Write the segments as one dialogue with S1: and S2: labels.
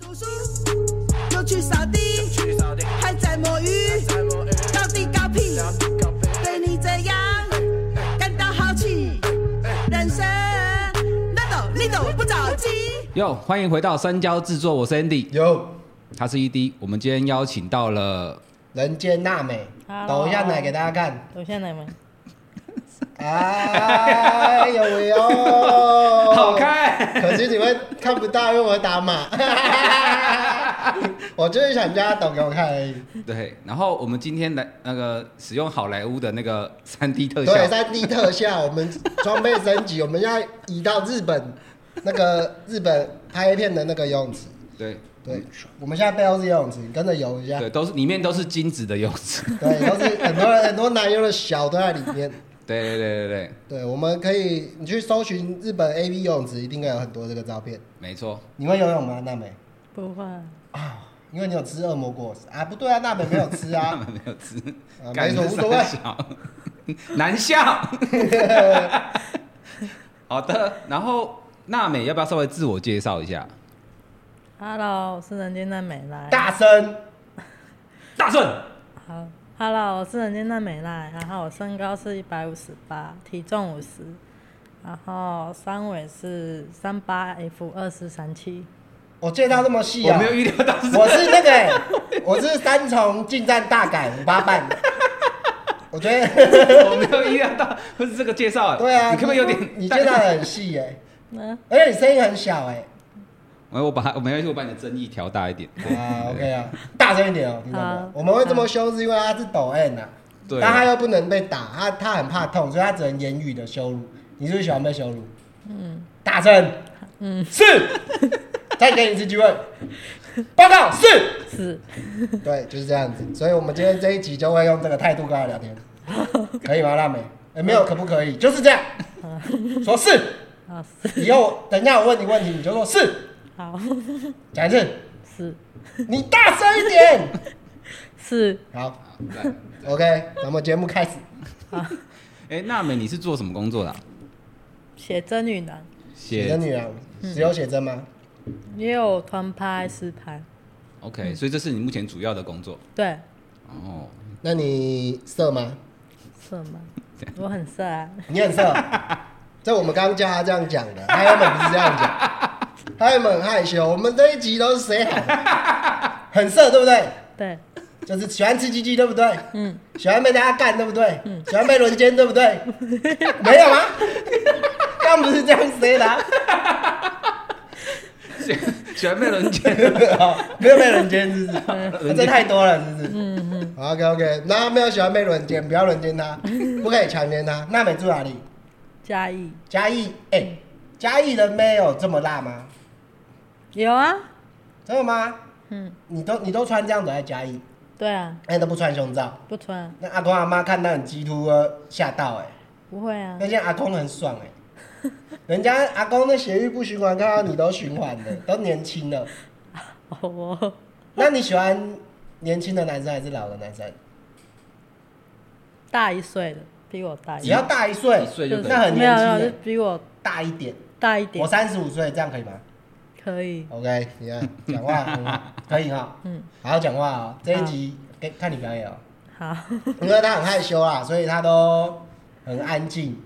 S1: 读书，又去扫地，还在摸鱼，到底搞屁？对你这样感到好奇，人生那懂你懂不着急。
S2: 哟，欢迎回到三焦制作，我是 Andy，
S3: 有
S2: 他是 ED。我们今天邀请到了，
S3: 人间娜美，
S4: Hello
S3: 抖一下奶给大家看。
S4: 我现在吗？
S3: 哎呦喂哦，
S2: 好！看，
S3: 可惜你们看不到，因为我 打码。我就是想叫他抖给我看而已。
S2: 对。然后我们今天来那个使用好莱坞的那个三 D 特
S3: 对，
S2: 效，
S3: 三 D 特效，我们装备升级，我们要移到日本那个日本拍片的那个游泳池。
S2: 对
S3: 对，我们现在背后是游泳池，你跟着游一下
S2: 对，。都是里面都是金子的油脂，
S3: 对，都是很多人很多男优的小都在里面。
S2: 对对对对对，
S3: 对，我们可以你去搜寻日本 A V 游泳池，一定会有很多这个照片。
S2: 没错。
S3: 你会游泳吗，娜美？
S4: 不会，
S3: 啊，因为你有吃恶魔果实啊？不对啊，娜美没有吃
S2: 他
S3: 啊。
S2: 们没有吃，
S3: 啊
S2: 干
S3: 没什么
S2: 这
S3: 无所谓
S2: 三小 难 笑。好的，然后娜美要不要稍微自我介绍一下？
S4: Hello，我是人间的美赖。
S3: 大声，
S2: 大顺，
S4: 好，Hello，我是人间的美赖。然后我身高是一百五十八，体重五十，然后三围是三八 F 二四三七。
S3: 我介绍这么细
S2: 我
S3: 啊
S2: 没？有预料到是
S3: 我是那个欸、我是三重近战大改五八半。我觉得，
S2: 我没有意料到会是这个介绍欸。
S3: 对啊，
S2: 你可不可以有点？
S3: 你介绍的很细哎、
S4: 嗯，
S3: 而且你声音很小哎、
S2: 我我把它，我没关系，我把你的争议调大一 点。
S3: 啊，OK 啊，大声一点哦、听到
S4: 好
S3: 吗？我们会这么凶，是因为他是抖 N 啊，
S2: 对
S3: 但他又不能被打，他他很怕痛，所以他只能言语的羞辱。你是不是喜欢被羞辱？嗯，大声，嗯，是，再给你一次机 会，报告是，
S4: 是，
S3: 对，就是这样子。所以我们今天这一集就会用这个态度跟他聊 天，可以吗，辣妹？哎，没有，可不可以？就是这 样，说是。
S4: 啊是，
S3: 以后等一下我问你问题，你就说是，
S4: 好，
S3: 讲一次，
S4: 是
S3: 你大声一点。
S4: 是，
S3: 好
S2: 好来
S3: ，OK，那么节目开始。
S2: 哎，娜美，你是做什么工作的啊？
S4: 写真女郎，
S3: 写真女郎，只有写真吗？
S4: 也有团拍、实拍，
S3: 嗯
S2: OK，所以这是你目前主要的工作。
S4: 对，
S2: 哦，
S3: 那你色吗？
S4: 色吗？我很色啊，
S3: 你很色。这我们刚刚叫他这样讲的，他原本不是这样讲，他原本很害羞。我们这一集都是谁好？很色，对不对？
S4: 对，
S3: 就是喜欢吃鸡鸡，对不对？
S4: 嗯，
S3: 喜欢被大家干，对不对？喜欢被轮奸，对不对？没有吗？刚不是这样谁的啊、
S2: 喜喜欢被轮 奸，
S3: 哦没有被轮奸是不是？啊这太多了是不是？嗯嗯。OK OK，那没有喜欢被轮奸，不要轮奸他，啊不可以强奸他。娜美住哪里？
S4: 嘉义
S3: 嘉义，哎、嘉义的妹有这么辣吗？
S4: 有啊，
S3: 真的吗？
S4: 嗯，
S3: 你都你都穿这样走在嘉义，
S4: 对啊，
S3: 哎、都不穿胸罩，
S4: 不穿啊，
S3: 那阿公阿妈看到你鸡突呃吓到哎、
S4: 不会啊
S3: 那，些阿公很爽哎、人家阿公的血液不循环，看到你都循环 了，都年轻了。
S4: 哦我
S3: 那你喜欢年轻的男生还是老的男生？
S4: 大一岁的，比我大一
S3: 只要大一岁，
S2: 一岁就可以
S3: 那很
S4: 没有
S3: 年轻、
S4: 没有，
S3: 欸
S4: 是。比我
S3: 大一点，
S4: 大一点
S3: 我，三十五岁，这样可以吗
S4: 可以，
S3: ？OK，你 看讲话很好，可以哈，
S4: 嗯，
S3: 好好讲话哦。这一集给看你表演哦，
S4: 好，
S3: 因为他很害羞啦，所以他都很安静。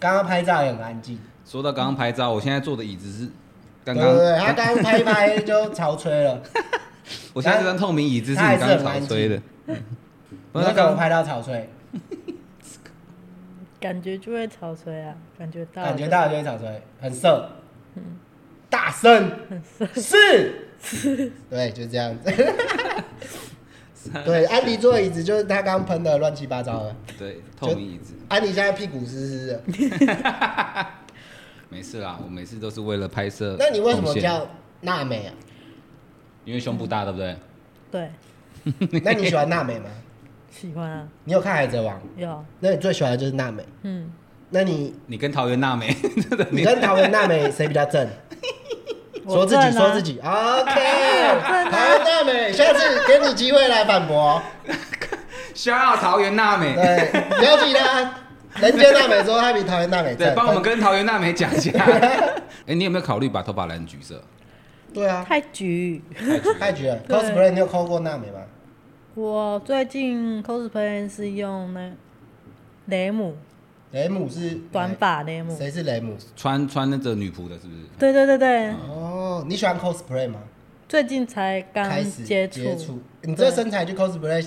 S3: 刚刚拍照也很安静，
S2: 说到刚刚拍照，我现在坐的椅子是刚
S3: 对
S2: 刚
S3: 对，对，他刚刚拍一拍就潮吹了，
S2: 我现在这张透明椅子是
S3: 他
S2: 你
S3: 还是
S2: 刚
S3: 很
S2: 草
S3: 安静
S2: 吹的。 不
S3: 你
S2: 是他
S3: 怎么
S2: 刚
S3: 拍到潮吹？
S4: 感觉就会潮吹啊，感觉到，
S3: 感觉到嗯就会潮吹，很色，大声，是，对，就 这样子。对，安迪坐的椅子就是他刚刚喷的乱七八糟的，
S2: 对透明椅子，
S3: 安迪现在屁股湿湿的。
S2: 没事啦，我每次都是为了拍摄。
S3: 那你为什么？叫娜美啊？
S2: 因为胸部大，对不对？
S4: 对，
S3: 那你喜欢娜美吗？
S4: 喜欢啊，
S3: 你有看《海贼王》？
S4: 有，
S3: 那你最喜欢的就是娜美。
S4: 嗯，
S3: 那你
S2: 你跟桃园娜美， 真的
S3: 你跟桃园娜美谁比较正？说
S4: 我
S3: 自
S4: 正啊
S3: 己，说自己。OK，
S4: 正啊
S3: 桃园娜美，下次给你机会来反驳。
S2: 笑傲桃园娜美。
S3: 对，不要记他。人间娜美说她比桃园娜美
S2: 对，
S3: 正。
S2: 帮我们跟桃园娜美讲一下。哎、你有没有考虑把头发染橘色？
S3: 对啊，
S4: 太局。
S3: 太绝了。
S4: 对
S3: cosplay 你有抠过娜美吗？
S4: 我最近 cosplay 是用那雷姆
S3: 雷姆是
S4: 短发雷姆，
S3: 谁是雷姆？
S2: 穿穿那个女仆的，是不是？
S4: 对对对对，
S3: 哦，你喜欢 cosplay 吗？
S4: 最近才刚
S3: 开始
S4: 接触
S3: 接触，你这身材去 cosplay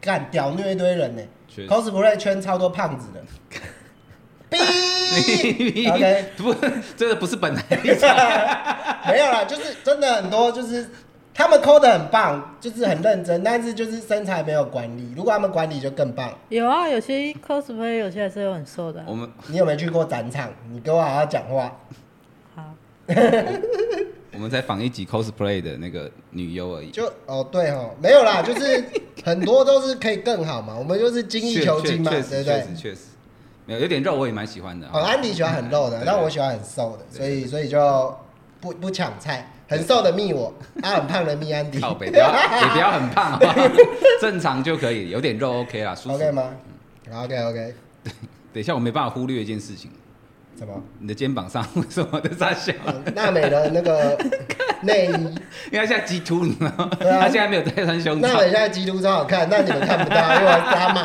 S3: 干屌虐一堆人呢、
S2: 确实
S3: cosplay 圈超多胖 子的。哔 ，OK，
S2: 不，这个不是本来
S3: 没有啦，就是真的很多，就是他们抠的很棒，就是很认真，但是就是身材没有管理。如果他们管理就更棒。
S4: 有啊，有些 cosplay 有些还是有很瘦的啊、
S2: 我们
S3: 你有没有去过展场？你给我好好讲话。
S4: 好，
S2: 我们在仿一集 cosplay 的那个女优而已。
S3: 就哦，对哦，没有啦，就是很多都是可以更好嘛，我们就是精益
S2: 确
S3: 求精嘛，
S2: 确确
S3: 对不
S2: 实
S3: 对
S2: 确？实确实，没有有点肉我也蛮喜欢的。
S3: 哦，安迪喜欢很肉的，
S2: 啊对
S3: 但我喜欢很瘦的，
S2: 对
S3: 所以所以就不不抢菜，很瘦的密我，啊，很胖的密安迪
S2: 靠哦北，不要也不要很胖 好不好？正常就可以，有点肉 OK 啦，舒服。嗯
S3: ，OK 吗？OK OK，
S2: 等一下我没办法忽略一件事情，
S3: 怎么？
S2: 你的肩膀上 为什么在撒笑？
S3: 呃娜美的 那个内衣，
S2: 因为他现在鸡突，你知道吗？
S3: 对啊
S2: 他现在没有在穿胸罩
S3: 娜。美现在基督超好看，但你们看不到，因为我打码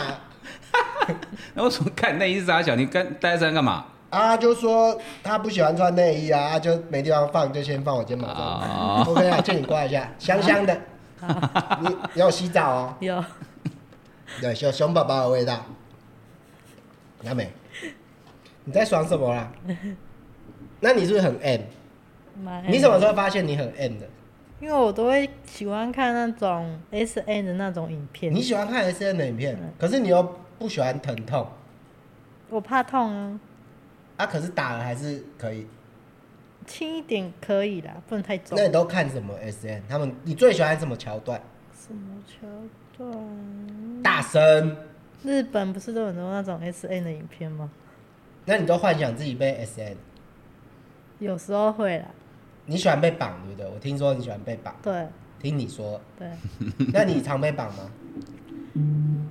S2: 然后我说看内衣是撒小，你干戴在身上干嘛？
S3: 啊，就说他不喜欢穿内衣啊，啊就没地方放，就先放我肩膀上
S2: 哦。
S3: OK 啊，借你挂一下，香香 的。你你有洗澡哦，
S4: 有
S3: 有有熊宝宝的味道。娜美，你在爽什么啦？那你是不是很 M？
S4: 蛮。
S3: 你什么时候发现你很 M 的？
S4: 因为我都会喜欢看那种 S N 的那种影片，
S3: 你喜欢看 S N 的影片，可是你又不喜欢疼痛
S4: 我怕痛啊，
S3: 啊，可是打了还是可以。
S4: 轻一点可以啦，不能太重
S3: 那。你都看什么 S N？他们你最喜欢什么桥段？
S4: 什么桥段？
S3: 大声。
S4: 日本不是都有很多那种 S N 的影片吗？
S3: 那你都幻想自己被 S N？
S4: 有时候会啦，
S3: 你喜欢被绑，对不对？我听说你喜欢被绑，
S4: 对
S3: 听你说，
S4: 对，
S3: 那你常被绑吗？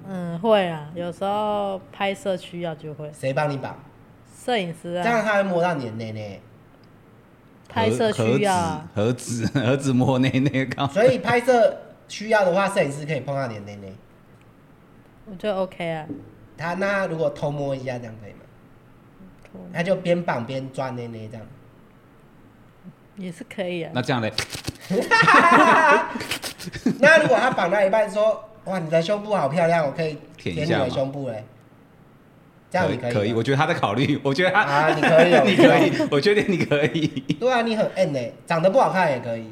S4: 嗯，会啦，有时候拍摄需要就会，
S3: 谁帮你绑？
S4: 摄影师
S3: 这
S4: 啊，
S3: 样他会摸到你的内内，
S4: 拍摄需要啊，
S2: 何止 何止何止摸内内高？
S3: 所以拍摄需要的话，摄影师可以碰到你的内内。
S4: 我觉得 OK 啊，
S3: 他那他如果偷摸一下，这样可以吗？
S4: 偷
S3: 他就边绑边抓内内这样。
S4: 也是可以啊
S2: 那。这样嘞，
S3: 那如果他绑到一半说：“哇，你的胸部好漂亮，我可以
S2: 舔
S3: 舔
S2: 一
S3: 你
S2: 下
S3: 的
S2: 嘛
S3: 胸部嘞。”这样你可以
S2: 可以，
S3: 吗
S2: 我觉得他在考虑， 我觉得他
S3: 啊你可以哦
S2: 你可以，我觉得你可以。
S3: 对啊，你很 N 呢、长得不好看也可以。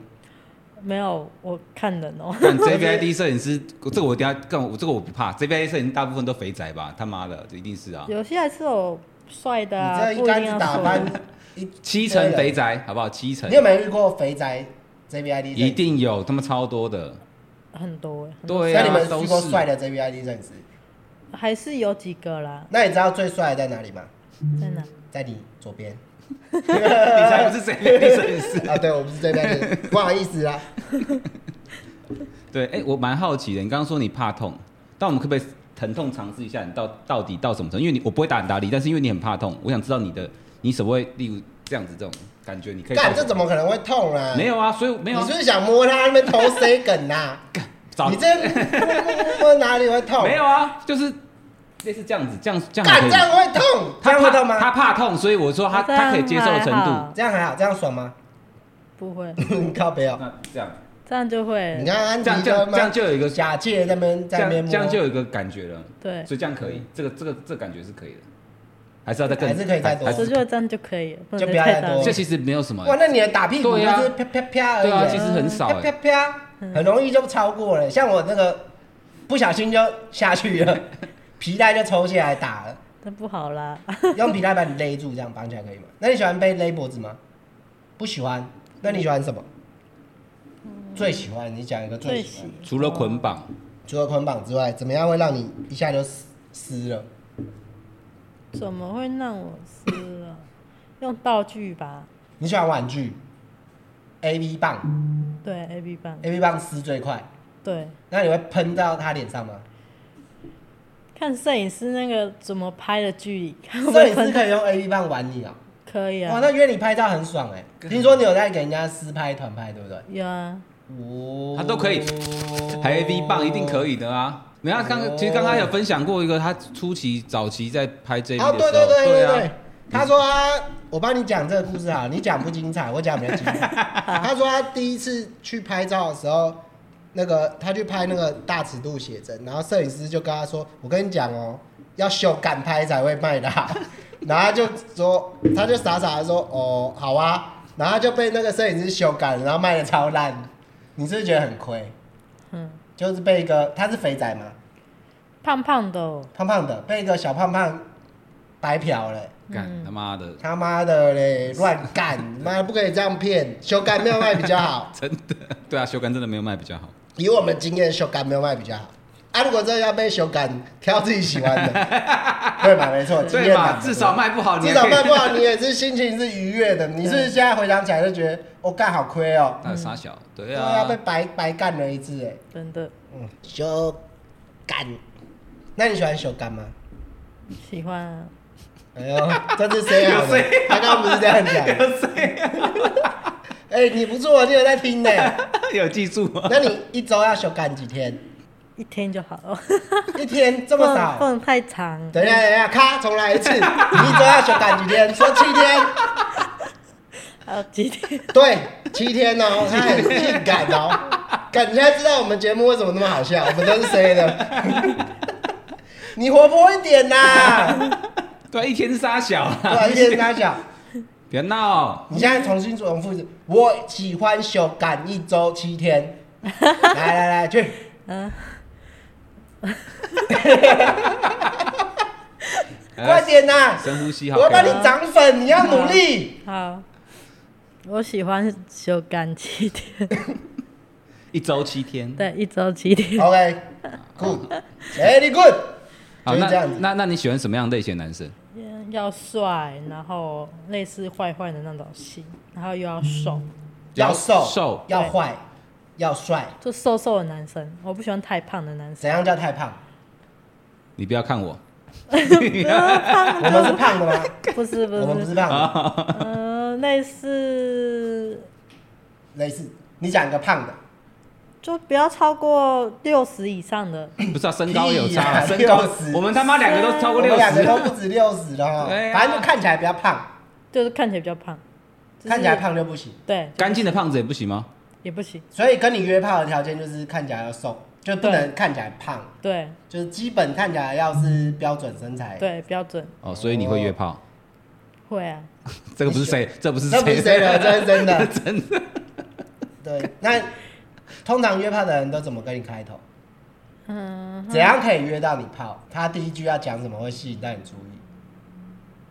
S4: 没有，我看人哦、
S2: 但 JVID 摄影师，这个我等一下干，我这个我不怕。JVID 摄影师大部分都肥宅吧？他妈的，这一定是啊，
S4: 有些还是有帅的
S3: 你
S4: 啊，
S3: 这
S4: 不
S3: 一
S4: 一定
S3: 竿子
S4: 要
S3: 打
S4: 说
S3: 翻
S4: 的。
S3: 一
S2: 七成肥
S3: 堆人
S2: 宅，好不好？七成
S3: 你有没有遇过肥宅 JVID？
S2: 一定有，他们超多的。
S4: 很多、欸，很多
S2: 对
S3: 那
S2: 啊
S3: 你们，
S2: 都
S3: 遇过
S2: 是
S3: 帅的 JVID 认识？
S4: 还是有几个啦，
S3: 那你知道最帅的在哪里吗？
S4: 在哪？
S3: 在你左边。
S2: 你才不是 JVID 摄影师。
S3: 啊，对，我们是 JVID，不好意思啊。
S2: 对，哎、我蛮好奇的，你刚刚说你怕痛，但我们可不可以疼痛尝试一下？你到到底到什么程度？因为你我不会打你打理，但是因为你很怕痛，我想知道你的你手会，例如这样子这种感觉，你可以
S3: 干，这怎么可能会痛啊？
S2: 没有啊？所以没有、
S3: 你
S2: 啊
S3: 是，不是想摸他那边头塞梗呐？
S2: 找
S3: 你这摸摸摸哪里会痛？
S2: 没有，啊？就是类似这样子，这样这样
S3: 干
S2: 可以
S3: 这样会痛，这
S2: 他
S3: 样会
S2: 怕
S3: 痛吗？
S2: 他怕痛，所以我说他
S4: 这样
S2: 他可以接受的程
S4: 还
S2: 度
S4: 好。
S3: 这样还好，这样爽吗？
S4: 不会，
S3: 你靠北哦。
S2: 那这样
S4: 这样就会
S3: 你，看安
S2: 这样
S3: 迪
S2: 这样
S3: 他
S2: 这样
S3: 妈
S2: 就有一个
S3: 假借那边
S2: 这
S3: 在那
S2: 样
S3: 边摸，
S2: 这样就有一个感觉了，
S4: 对，
S2: 所以这样可以，这个这个这个感觉是可以的，还是要再更
S3: 还是可以再多
S2: 还
S4: 我
S2: 是
S4: 觉得这样就可以了，不
S3: 就
S4: 能
S3: 不
S4: 再
S3: 要
S4: 太
S3: 太
S4: 大
S3: 多
S4: 力
S2: 这其实没有什么、
S3: 哇，那你的打屁股
S2: 对啊
S3: 就是啪啪啪而已。
S2: 对啊，其实很少、
S3: 啪
S2: 哎。
S3: 啪啪，很容易就超过了。像我那个不小心就下去了，皮带就抽下来打了，
S4: 那不好 啦，
S3: 用皮带把你勒住，这样绑起来可以吗？那你喜欢被勒脖子吗？不喜欢。那你喜欢什么？最喜欢你讲一个 最
S4: 最
S3: 喜
S4: 喜
S3: 欢，
S2: 除了捆绑，
S3: 除了捆绑之外，怎么样会让你一下就撕撕了？
S4: 怎么会让我撕了？用道具吧，
S3: 你喜欢玩具？A B 棒
S4: 对，A B 棒，
S3: ，A B 棒撕最快。
S4: 对，
S3: 那你会喷到他脸上吗？
S4: 看摄影师那个怎么拍的距离，看会不
S3: 摄影
S4: 会
S3: 师
S4: 喷
S3: 可以用 A B 棒玩你啊、
S4: 可可以
S3: 哇，
S4: 啊，
S3: 那约你拍照很爽哎、听说你有在给人家私拍、团拍，对不对？
S4: 有啊，
S3: 哦，
S2: 他都可以，还 AV 棒一定可
S3: 以。
S2: 以的啊！人家
S3: 哦
S2: 刚其实刚才有分享过一个，他初期早期在拍 JV 的时
S3: 哦，
S2: 候，
S3: 对对对对对
S2: 啊，
S3: 他说他，我帮你讲这个故事啊，你讲不精彩，我讲比较精彩。 他说他第一次去拍照的时候，那个他去拍那个大尺度写真，然后摄影师就跟他说：“我跟你讲哦，要修赶拍才会卖的好。” 然后他就说，他就傻傻的说：“哦，好啊。”然后他就被那个摄影师修改，然后卖的超烂。你是不是觉得很亏？
S4: 嗯，
S3: 就是被一个他是肥仔嘛，
S4: 胖胖的哦、
S3: 胖胖的，被一个小胖胖白嫖了欸、
S2: 干他妈的，
S3: 他妈的嘞，乱 干，妈不可以这样骗，修改没有卖比较好。
S2: 真的， 对啊，修干真的没有卖比较好。
S3: 以我们经验，修改没有卖比较好。啊，如果真的要被修改，挑自己喜 欢的，对吧？没错，经
S2: 对
S3: 验
S2: 嘛，
S3: 嘛，
S2: 至少卖不好，你
S3: 至
S2: 还
S3: 少
S2: 可以
S3: 卖 不好，你也是心情是愉悦的。你是不是现在回想起来就觉得，我、干好亏哦、
S2: 那有傻小，对
S3: 对
S2: 啊
S3: 啊，，被白白干了一次哎、
S4: 真的
S3: 嗯，修改，那你喜欢修改吗？
S4: 喜欢啊，
S3: 哎呦，这是谁 好
S2: 有
S3: 的
S2: 谁？啊
S3: 他刚刚不是这样讲？
S2: 有谁啊？
S3: 哎、你不错，你有在听呢、
S2: 有记住吗？
S3: 那你一周要修改几 天？
S4: 一天就好了，
S3: 一天这
S4: 不
S3: 么
S4: 能不
S3: 少？
S4: 能太长。
S3: 等一下，等一下，咔，重来一次。你一周要修改几天？说七 天，
S4: 还有几天？
S3: 对，七天哦，他很性感哦。感你现在知道我们节目为什么那么好笑，我们都是谁 的？你活泼一点呐，
S2: 对啊，一天傻小啊，
S3: 对吧？一天大小，
S2: 别闹，
S3: 你现在重新重复一次。我喜欢修改一周七天。来来来，去。快点呐、
S2: 深呼哎吸好
S3: 我要
S2: 可
S3: 帮
S2: 以
S3: 你
S2: 吗，
S3: 涨粉，你要努力。
S4: 好，我喜欢休干七天，
S2: 一周七天。
S4: 对，一周七天。
S3: OK，good，very good，
S2: 好，
S3: 就是
S2: 那
S3: 这样子。
S2: 那那你喜欢什么样类型的男生？
S4: 要帅，然后类似坏坏的那种型，然后又要瘦，
S3: 嗯要瘦，
S2: 瘦
S3: 要坏，要帅。
S4: 就瘦瘦的男生，我不喜欢太胖的 男生。
S3: 怎样叫太胖？
S2: 你不要看我，
S3: 我们是胖的吗？
S4: 不是
S3: 我
S4: 不
S3: 们不是
S4: 是，
S3: 胖的，
S4: 呃，类似
S3: 类似。你讲一个胖的，
S4: 就不要超过六十以上的，
S2: 不是啊，身高有
S3: 屁
S2: 差
S3: 呀
S2: 啊，身高
S3: 60，
S2: 我们他妈两个都超
S3: 我
S2: 过
S3: 们
S2: 六
S3: 两个
S2: 十
S3: 都，不止六十了哈
S2: 对，啊
S3: 反正就看起来比较胖，
S4: 就是看起来比较胖，就是
S3: 看起来，胖就不行。
S4: 对，
S2: 干净的胖子也不行吗？
S4: 也不行，
S3: 所以跟你约炮的条件就是看起来要瘦，就不能看起来胖，
S4: 对
S3: 就是基本看起来要是标准身材。，
S4: 对，标准
S2: 哦，所以你会约炮？
S4: 会啊，
S2: 这个不是 谁，这不是
S3: 这不是 谁的，这是真的。
S2: 真的。
S3: 对，那通常约炮的人都怎么跟你开头？
S4: 嗯，
S3: 怎样可以约到你炮？他第一句要讲什么会吸引到你注意？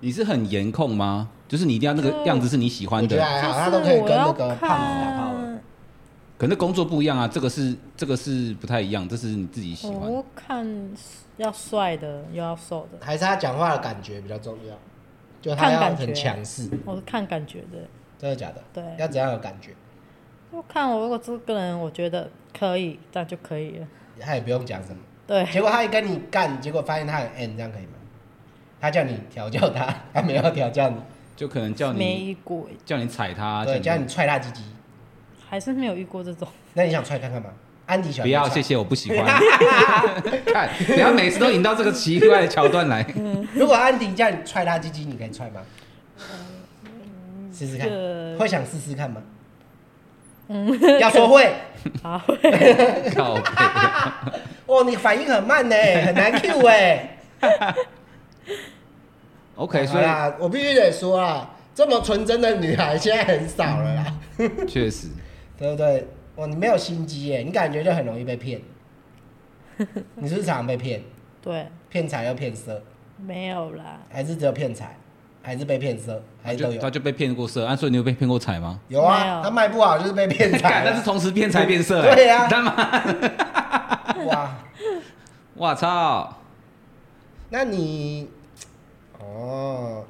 S2: 你是很颜控吗？就是你一定要那个
S4: 就
S2: 样子是你喜欢
S3: 我觉得
S2: 的，
S3: 还
S4: 就
S3: 好，
S4: 是
S3: 哎他都可以
S4: 我
S3: 跟那
S4: 要
S3: 个胖子打炮了。
S4: 看，
S2: 可能工作不一样啊，这个是这个是不太一样，这是你自己喜欢的。
S4: 我看要帅的又要瘦的，
S3: 还是他讲话的感觉比较重要，就他
S4: 看
S3: 要
S4: 感觉
S3: 很强势，
S4: 我是看感觉的。
S3: 真的假的？
S4: 对
S3: 要怎样有感觉？
S4: 就看我如果这个人我觉得可以，那就可以了。
S3: 他也不用讲什么，
S4: 对，
S3: 结果他一跟你干，结果发现他很 N，这样可以吗？他叫你调教他，他没有调教你，
S2: 就可能叫
S4: 没
S2: 你
S4: 遇过，
S2: 叫你踩他，
S3: 对，叫
S2: 叫
S3: 你踹他鸡鸡，
S4: 还是没有遇过这种。
S3: 那你想踹看看吗？安迪喜欢
S2: 不要，
S3: 踹
S2: 谢谢，我不喜欢。 看，不要每次都引到这个奇怪的桥段来。
S3: 如果安迪叫你踹他鸡鸡，你可以踹吗？试试看，
S4: 这
S3: 会想试试看吗？
S4: 嗯
S3: 要说会
S4: 好，
S2: 靠背，
S3: 哦，你反应很慢呢，很难 Q 哎。
S2: OK，
S3: 好
S2: 哎所以
S3: 啦，我必须得说啊，这么纯真的女孩现在很少了
S4: 嗯
S3: 啦，
S2: 确实，
S3: 对不对？哇，你没有心机耶，你感觉就很容易被 骗。你是不是常常被骗？
S4: 对，
S3: 骗财又骗色，
S4: 没有啦，
S3: 还是只有骗财，还是被骗色，还是哎都
S2: 就他
S3: 有？
S2: 就被骗过色，啊，所以你有被骗过财吗？
S3: 有
S4: 没
S3: 啊，
S4: 有
S3: 他卖不好就是被骗财
S2: 干，
S3: 啊。
S2: 但是同时变财变色、欸，
S3: 对啊
S2: 他 妈，
S3: 哇，
S2: 我操！
S3: 那你哦，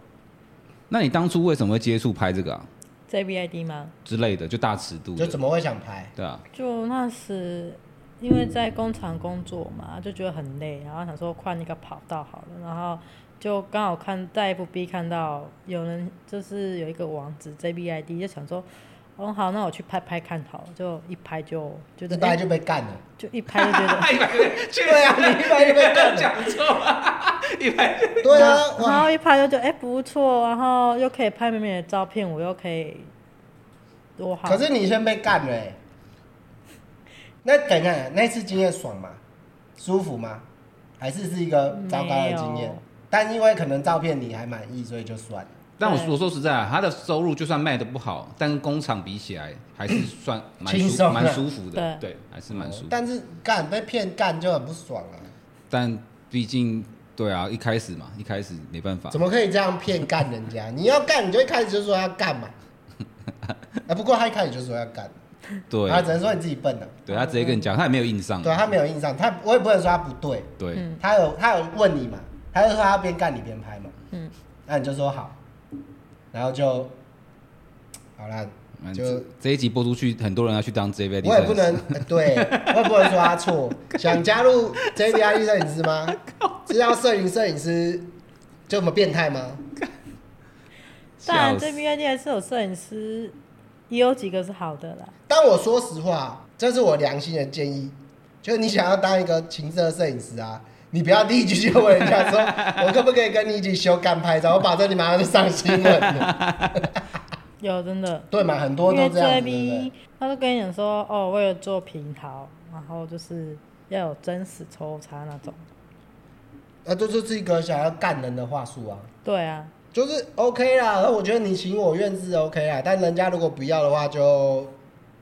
S2: 那你当初为什么会接触拍这个啊
S4: JVID 吗？
S2: 之类的，就大尺度的，
S3: 就怎么会想拍？
S2: 对啊？
S4: 就那时因为在工厂工作嘛，就觉得很累，然后想说换一个跑道好了，然后就刚好看在 FB 看到有人就是有一个网址 JBID，就想说，哦好，那我去拍拍看好了，就一拍就觉得
S3: 一拍
S4: 哎
S3: 就被干了。
S4: 就一拍就觉得
S2: 一百个人去
S3: 对 啊，你一拍就被干了。
S2: 讲错 啊，一百个人
S3: 对啊，
S4: 然
S3: 哇，
S4: 后一拍就觉得哎、不错，然后又可以拍美美的照片，我又可以多好。
S3: 可是你先被干了、欸。那等一下，那次经验爽吗？舒服吗？还是是一个糟糕的经
S4: 没
S3: 验
S4: 有？
S3: 但因为可能照片你还满意，所以就算了。
S2: 但我
S4: 对
S2: 我说实在啊，他的收入就算卖的不好，但跟工厂比起来，还是算蛮
S3: 嗯轻
S2: 舒
S3: 松的
S2: 蛮舒服的，
S4: 对
S2: 对，还是蛮舒服。
S3: 但是干被骗干就很不爽 啊！
S2: 但毕竟对啊，一开始嘛，一开始没办法
S3: 怎，么可以这样骗干人家？你要干，你就一开始就说要干 嘛。啊，不过他一开始就说要干，
S2: 对
S3: 啊，只能说你自己笨了、
S2: 对，他直接跟你讲，他也没有硬上，
S3: 对啊他没有印象，他我也不能说他不对，
S2: 对
S4: 嗯
S3: 他有他有问你嘛，他就说他边干你边拍嘛，
S4: 嗯，
S3: 那你就说好，然后就好啦，
S2: 嗯
S3: 就
S2: 这这一集播出去，很多人要去当 JV，
S3: 我也不能，呃对我也不能说他错。想加入 JBI 摄影师吗？知道摄影摄影师这么变态吗？
S4: 当然
S2: 笑死
S4: JBID 还是有摄影师，也有几个是好的啦。
S3: 但我说实话，这是我良心的建议，就是你想要当一个情色摄影师啊，你不要第一句就问人家说，我可不可以跟你一起修干拍照？我保证你马上就上新闻了，
S4: 有真的，
S3: 对嘛？很多
S4: 因为
S3: 都这样子，对不
S4: JB
S3: 对
S4: 他就跟你讲说，哦，为了做平桃，然后就是要有真实抽查那种。
S3: 啊，这就是一个想要干人的话术啊。
S4: 对啊，
S3: 就是 OK 啦，那我觉得你情我愿是 OK 啦，但人家如果不要的话，就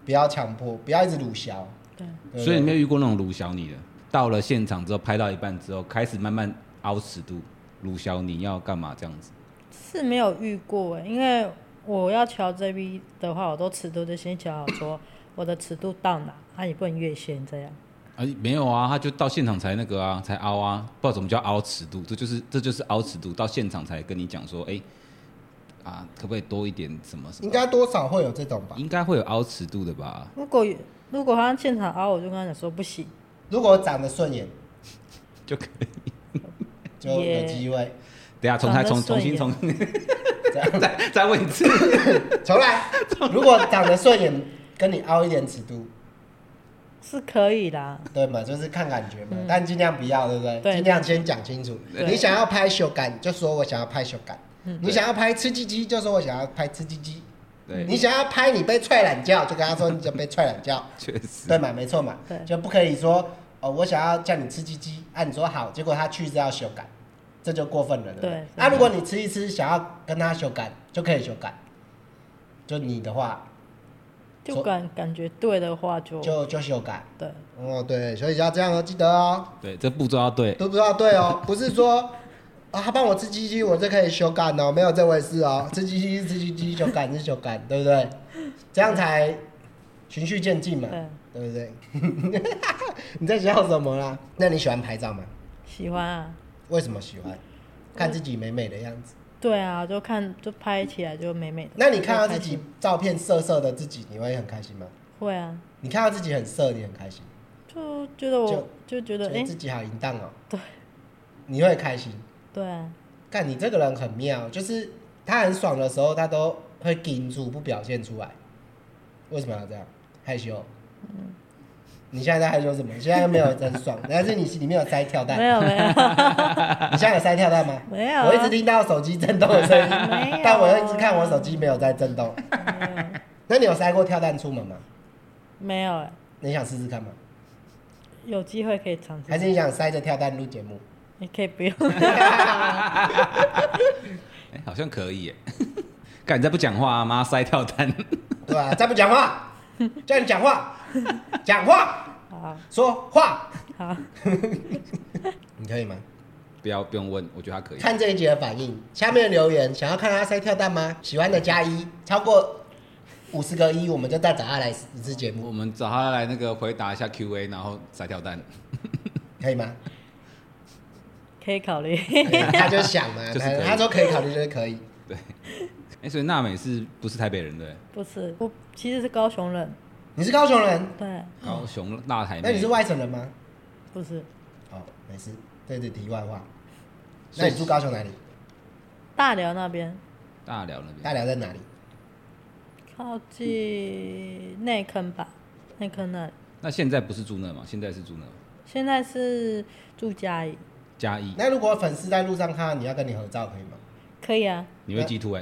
S3: 不要强迫，不要一直鲁削。
S4: 对，
S3: 对不
S2: 所以
S3: 对
S2: 你没有遇过那种鲁小你的，到了现场之后拍到一半之后，开始慢慢凹尺度，鲁小你要干嘛这样子？
S4: 是没有遇过、欸，因为我要瞧 JB 的话，我都尺度就先瞧好说我的尺度到哪，啊，也不能越线这样。
S2: 啊，没有啊，他就到现场才那个啊，才凹啊，不知道怎么叫凹尺度，这就是这就是凹尺度，到现场才跟你讲说，哎、啊，可不可以多一点什么什
S3: 应
S2: 么？
S3: 该多少会有这种吧。
S2: 应该会有凹尺度的吧？
S4: 如果如果他现场凹，我就跟他讲说不行，
S3: 如果长得顺眼，
S2: 就可以。
S3: 就
S4: 也
S3: 有机会。
S2: 等一下重
S4: 长
S2: 来，
S4: 得
S2: 重重
S4: 顺
S2: 新
S4: 眼
S2: 重
S3: 这样
S2: 再再问一次。
S3: 重来。如果长得顺眼，跟你凹一点尺度，
S4: 是可以啦。
S3: 对嘛？就是看感觉嘛，
S4: 嗯
S3: 但尽量不要，对不对？
S4: 对
S3: 尽量先讲清楚。
S4: 对
S3: 你想要拍修感，就说我想要拍修感；你想要拍吃鸡鸡，就说我想要拍吃鸡鸡。
S2: 对，
S3: 你想要拍你被踹懒觉，就跟他说你想被踹懒觉。
S2: 确实
S3: 对嘛，没错嘛
S4: 对，
S3: 就不可以说哦，我想要叫你吃鸡鸡，啊，你说好，结果他去是要修改，这就过分了，对不对
S4: 对？
S3: 啊，如果你吃一吃，想要跟他修改，就可以修改，就你的话，
S4: 就
S3: 说
S4: 感感觉对的话就
S3: 就就修改。
S4: 对，
S3: 哦，对，所以要这样哦，记得哦，
S2: 对，这步骤要对。
S3: 都不知道对哦，不是说。啊，他帮我吃鸡鸡，我就可以修改哦，没有这回事哦。吃鸡鸡是吃鸡鸡，修改是修改，对不对？这样才循序渐进嘛，
S4: 对
S3: 对不对？ 你在笑什么啦？那你喜欢拍照吗？
S4: 喜欢啊，
S3: 为什么喜欢？看自己美美的样子。
S4: 对啊，就看就拍起来就美美的。
S3: 那你看到自
S4: 就
S3: 己
S4: 开心
S3: 照片色色的自己，你会很开心吗？
S4: 会啊，
S3: 你看到自己很色，你很开心，
S4: 就觉得我就觉
S3: 觉
S4: 得
S3: 得
S4: 哎、
S3: 自己好淫荡哦，
S4: 对
S3: 你会开心。
S4: 对啊，
S3: 看你这个人很妙，就是他很爽的时候，他都会顶住不表现出来。为什么要这样？害羞。你现在在害羞什么？你现在又没有很爽，但是你心里面有塞跳
S4: 没
S3: 蛋。
S4: 有没有
S3: 你现在有塞跳蛋吗？
S4: 没有啊
S3: 我一直听到手机震动的声音
S4: 没有啊，
S3: 但我又一直看我手机没有在震 动。那你有塞过跳蛋出门吗？
S4: 没有哎、
S3: 你想试试看吗？
S4: 有机会可以尝
S3: 还
S4: 试，
S3: 是你想塞着跳蛋录节目？
S4: 你可以不用。
S2: 哎、好像可以耶。 干，你再不讲话、啊，妈塞跳单。
S3: 对吧、再不讲话，叫你讲话，讲话，
S4: 好
S3: 说话，
S4: 好，
S3: 你可以吗？
S2: 不要不用问，我觉得他可以。
S3: 看这一集的反应，下面留言想要看他塞跳蛋吗？喜欢的加一，超过五十个一，我们就再找他来一次节
S2: 我
S3: 目，
S2: 们找他来那个回答一下 Q&A，然后塞跳 单，
S3: 可以吗？
S4: 可以考虑。
S3: 可以他就想嘛，
S2: 就是
S3: 他
S2: 可以
S3: 他说可以考虑就是可以。
S2: 对。哎、所以娜美是不是台北人对？
S4: 不是，我其实是高雄人，
S3: 你是高雄人，
S2: 嗯
S4: 对，
S2: 高雄大台妹，
S3: 嗯那你是外省人吗？
S4: 不是
S3: 哦，没事，这是题外话。那你住高雄哪里？
S2: 嗯
S4: 大寮那边，
S2: 大寮那边，
S3: 大寮在哪里？
S4: 靠近内坑吧，内坑那里。
S2: 那现在不是住那嘛？现在是住那
S4: 现在是住嘉义，
S2: 嘉义，
S3: 那如果粉丝在路上看到你要跟你合照，可以吗？
S4: 可以啊。
S2: 你会 G two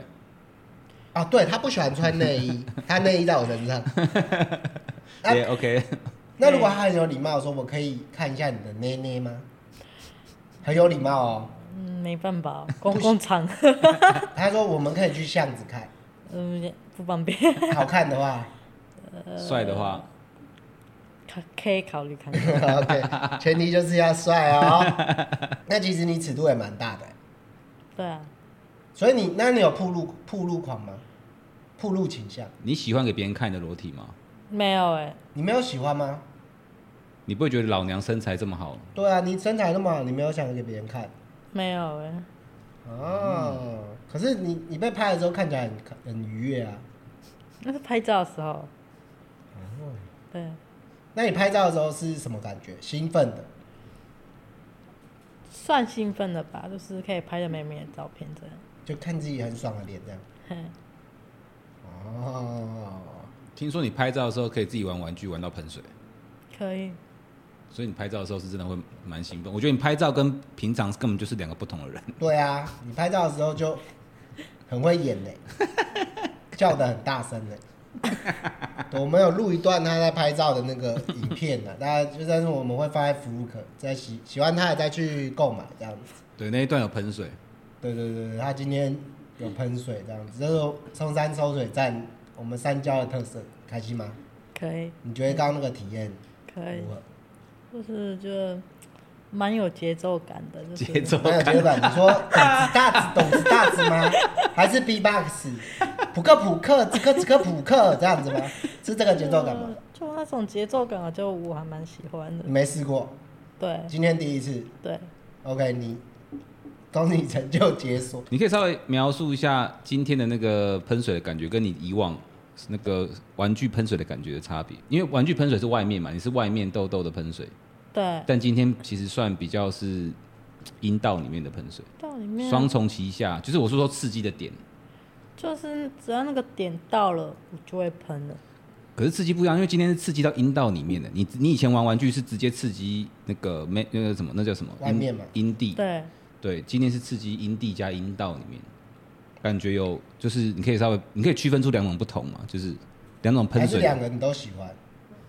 S2: 哎、
S3: 啊，对他不喜欢穿内衣，他内衣在我身上。那
S2: 也 OK，
S3: 那如果他很有礼貌，说我可以看一下你的内内吗？很有礼貌哦。
S4: 嗯，没 办法，公共场，
S3: 他说我们可以去巷子看，
S4: 嗯，不方便，
S3: 好看的话 呃
S2: 帅的话，
S4: 可可以考虑看看。
S3: ，OK，前提就是要帅哦。那其实你尺度也蛮大的，
S4: 对啊，
S3: 所以你那你有铺路铺路狂吗？铺路倾向，
S2: 你喜欢给别人看你的裸体吗？
S4: 没有哎、
S3: 你没有喜欢吗？
S2: 你不会觉得老娘身材这么好，
S3: 对啊，你身材那么好，你没有想给别人看
S4: 没有哎、
S3: 哦。可是你你被拍的时候看起来很很愉悦啊。
S4: 那是拍照的时候。对，
S3: 那你拍照的时候是什么感觉？兴奋的，
S4: 算兴奋的吧，就是可以拍到美美的照片这样。
S3: 就看自己很爽的脸这样。
S4: 嘿
S3: 哦，
S2: 听说你拍照的时候可以自己玩玩具玩到喷水，
S4: 可以，
S2: 所以你拍照的时候是真的会蛮兴奋。我觉得你拍照跟平常根本就是两个不同的人。
S3: 对啊，你拍照的时候就很会演呢、叫的很大声呢、我们有录一段他在拍照的那个影片啊呢、大家就但是我们会放在服务可，在喜喜欢他的再去购买这样子。
S2: 对，那一段有喷水，
S3: 对对对，对他今天有喷水这样子，这是松山抽水站我们三交的特色，开心吗？
S4: 可以，
S3: 你觉得刚刚那个体验
S4: 可以
S3: 如，何？
S4: 就是就蛮有节奏感的，就是
S2: 节奏
S3: 没有节奏感，你说懂子大子懂子大子吗？还是 B box 扑克扑克这个这个扑克这样子吗？是这个节奏感吗？嗯
S4: 就？就那种节奏感，我就我还蛮喜欢的
S3: 你。没试过，
S4: 对
S3: 今天第一次。
S4: 对，
S3: OK，你恭喜成就解锁。
S2: 你可以稍微描述一下今天的那个喷水的感觉，跟你以往那个玩具喷水的感觉的差别。因为玩具喷水是外面嘛，你是外面痘痘的喷水，
S4: 对，
S2: 但今天其实算比较是阴道里面的喷水，
S4: 到里面
S2: 双重旗下，就是我是说刺激的点。
S4: 就是只要那个点到了，我就会喷了。
S2: 可是刺激不一样，因为今天是刺激到阴道里面的。你你以前玩玩具是直接刺激那个没那个什么，那叫什么？
S3: 外面嘛
S2: 阴阴蒂。
S4: 对，
S2: 对，今天是刺激阴蒂加阴道里面，感觉有就是你可以稍微你可以区分出两种不同嘛，就是两种
S3: 还
S2: 喷
S3: 是
S2: 水
S3: 两个你都喜欢，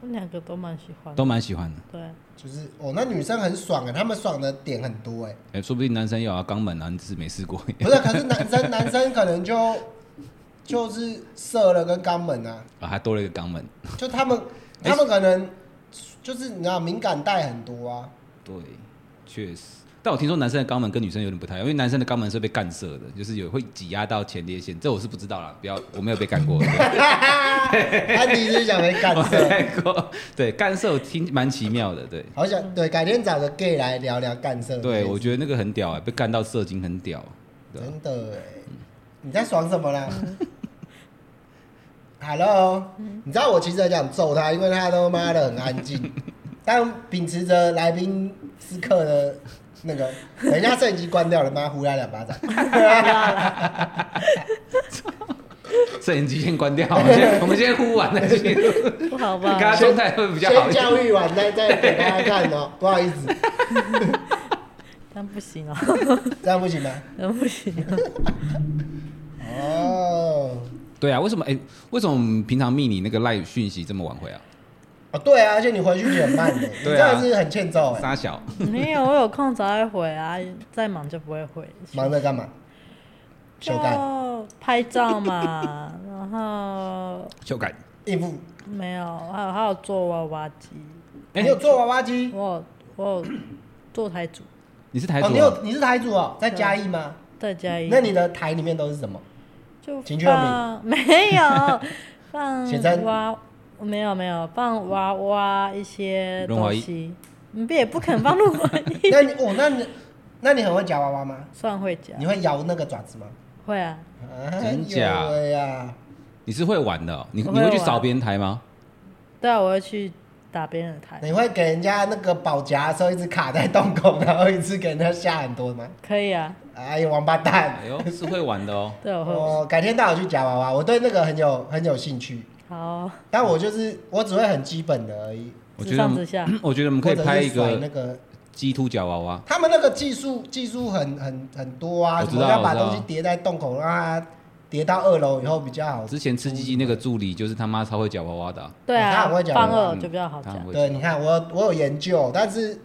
S4: 我两个都蛮喜欢的
S2: 都。蛮喜欢的。
S4: 对，
S3: 就是哦，那女生很爽啊，他们爽的点很 多哎、
S2: 哎、说不定男生有啊肛门啊，你只是没试过。
S3: 不是，可是男生男生可能就就是射了跟肛门啊，
S2: 啊，还多了一个肛门。
S3: 就 他们
S2: 哎
S3: 他们可能就是你知道敏感带很多 啊，
S2: 对，确实。但我听说男生的肛门跟女生有点不太一样，因为男生的肛门是被干射的，就是有会挤压到前列腺，这我是不知道啦，不要，我没有被干过。对
S3: 安迪是想被 干
S2: 我没
S3: 涉，
S2: 看过，对干涉我听蛮奇妙的，对
S3: 好想对，改天找个 gay 来聊聊干涉。
S2: 对，我觉得那个很屌哎、被干到射精很屌，
S3: 得
S2: 对啊
S3: 真的哎、你在爽什么啦？Hello，你知道我其实很想揍他，因为他都妈的很安静，但秉持着来宾私客的那个，等一下摄影机关掉了，妈呼他两巴掌。
S2: 摄影机先关掉，我们先 我们先呼完了，先
S4: 不好 吧
S2: 看？他状态会比较好
S3: 先
S2: 一点。
S3: 教育完再再给大家看哦、不好意思，
S4: 这样不行 啊，
S3: 这样不行吗？
S4: 这样不行啊。
S3: 哦，
S2: 对啊，为什么？哎、为什么我们平常密你那个赖讯息这么晚回啊？
S3: 哦对啊，而且你回去也很慢的、你 真
S2: 对啊
S3: 的是很欠揍哎、
S2: 傻小，
S4: 没有，我有空早会回啊，再忙就不会回。
S3: 忙着干嘛？修改
S4: 就拍照嘛，然后
S2: 修改。
S3: 应付。
S4: 没有，还有还有做娃娃机，
S2: 哎、
S3: 你有做娃娃机？
S4: 我有我有做台主，
S2: 你是台主、
S3: 哦，
S2: 啊
S3: 你有你是台主哦，在嘉义吗？
S4: 在家里。
S3: 那你的台里面都是什么？
S4: 就
S3: 请确
S4: 放没有
S3: 写
S4: 放
S3: 真，
S4: 娃，没有没有放娃娃一些
S2: 润滑
S4: 东
S2: 液
S4: 西，你不也不肯放润滑 液
S3: 那你哦，那你那你很会夹娃娃吗？
S4: 算会夹
S3: 你，会摇那个爪子吗？
S4: 会啊，
S3: 哎呦
S2: 真假
S3: 喂呀，
S2: 你是会玩的哦、你
S4: 我
S2: 你
S4: 会
S2: 会去
S4: 玩
S2: 扫别人台吗？
S4: 对啊，我会去打别人的胎。
S3: 你会给人家那个保夹的时候一直卡在洞口，然后一次给人家下很多吗？
S4: 可以啊，
S3: 哎呀，王八蛋！
S2: 哎呦，是会玩的 哦。
S4: 对，我会。
S3: 我改天带我去夹娃娃，我对那个很有很有兴趣，
S4: 好，
S3: 但我就是我只会很基本的而已。
S2: 我
S4: 直
S2: 觉得我
S4: 上
S2: 们
S4: 直下。
S2: 我觉得我们可以
S3: 或者是
S2: 拍一
S3: 甩那
S2: 个
S3: 个，
S2: 鸡突脚娃娃，
S3: 他们那个技术技术很很很多啊，
S2: 我
S3: 什
S2: 知道
S3: 么要把
S2: 我知道
S3: 东西叠在洞口，让它叠到二楼以后比较好。
S2: 之前吃鸡鸡那个助理就是他妈超会脚娃娃的啊、
S4: 对
S3: 他
S4: 啊，
S3: 很会讲
S4: 放
S3: 话
S4: 二
S2: 嗯
S4: 就比较好
S2: 他
S4: 讲
S2: 很。会
S3: 对，你看我我有研究，但是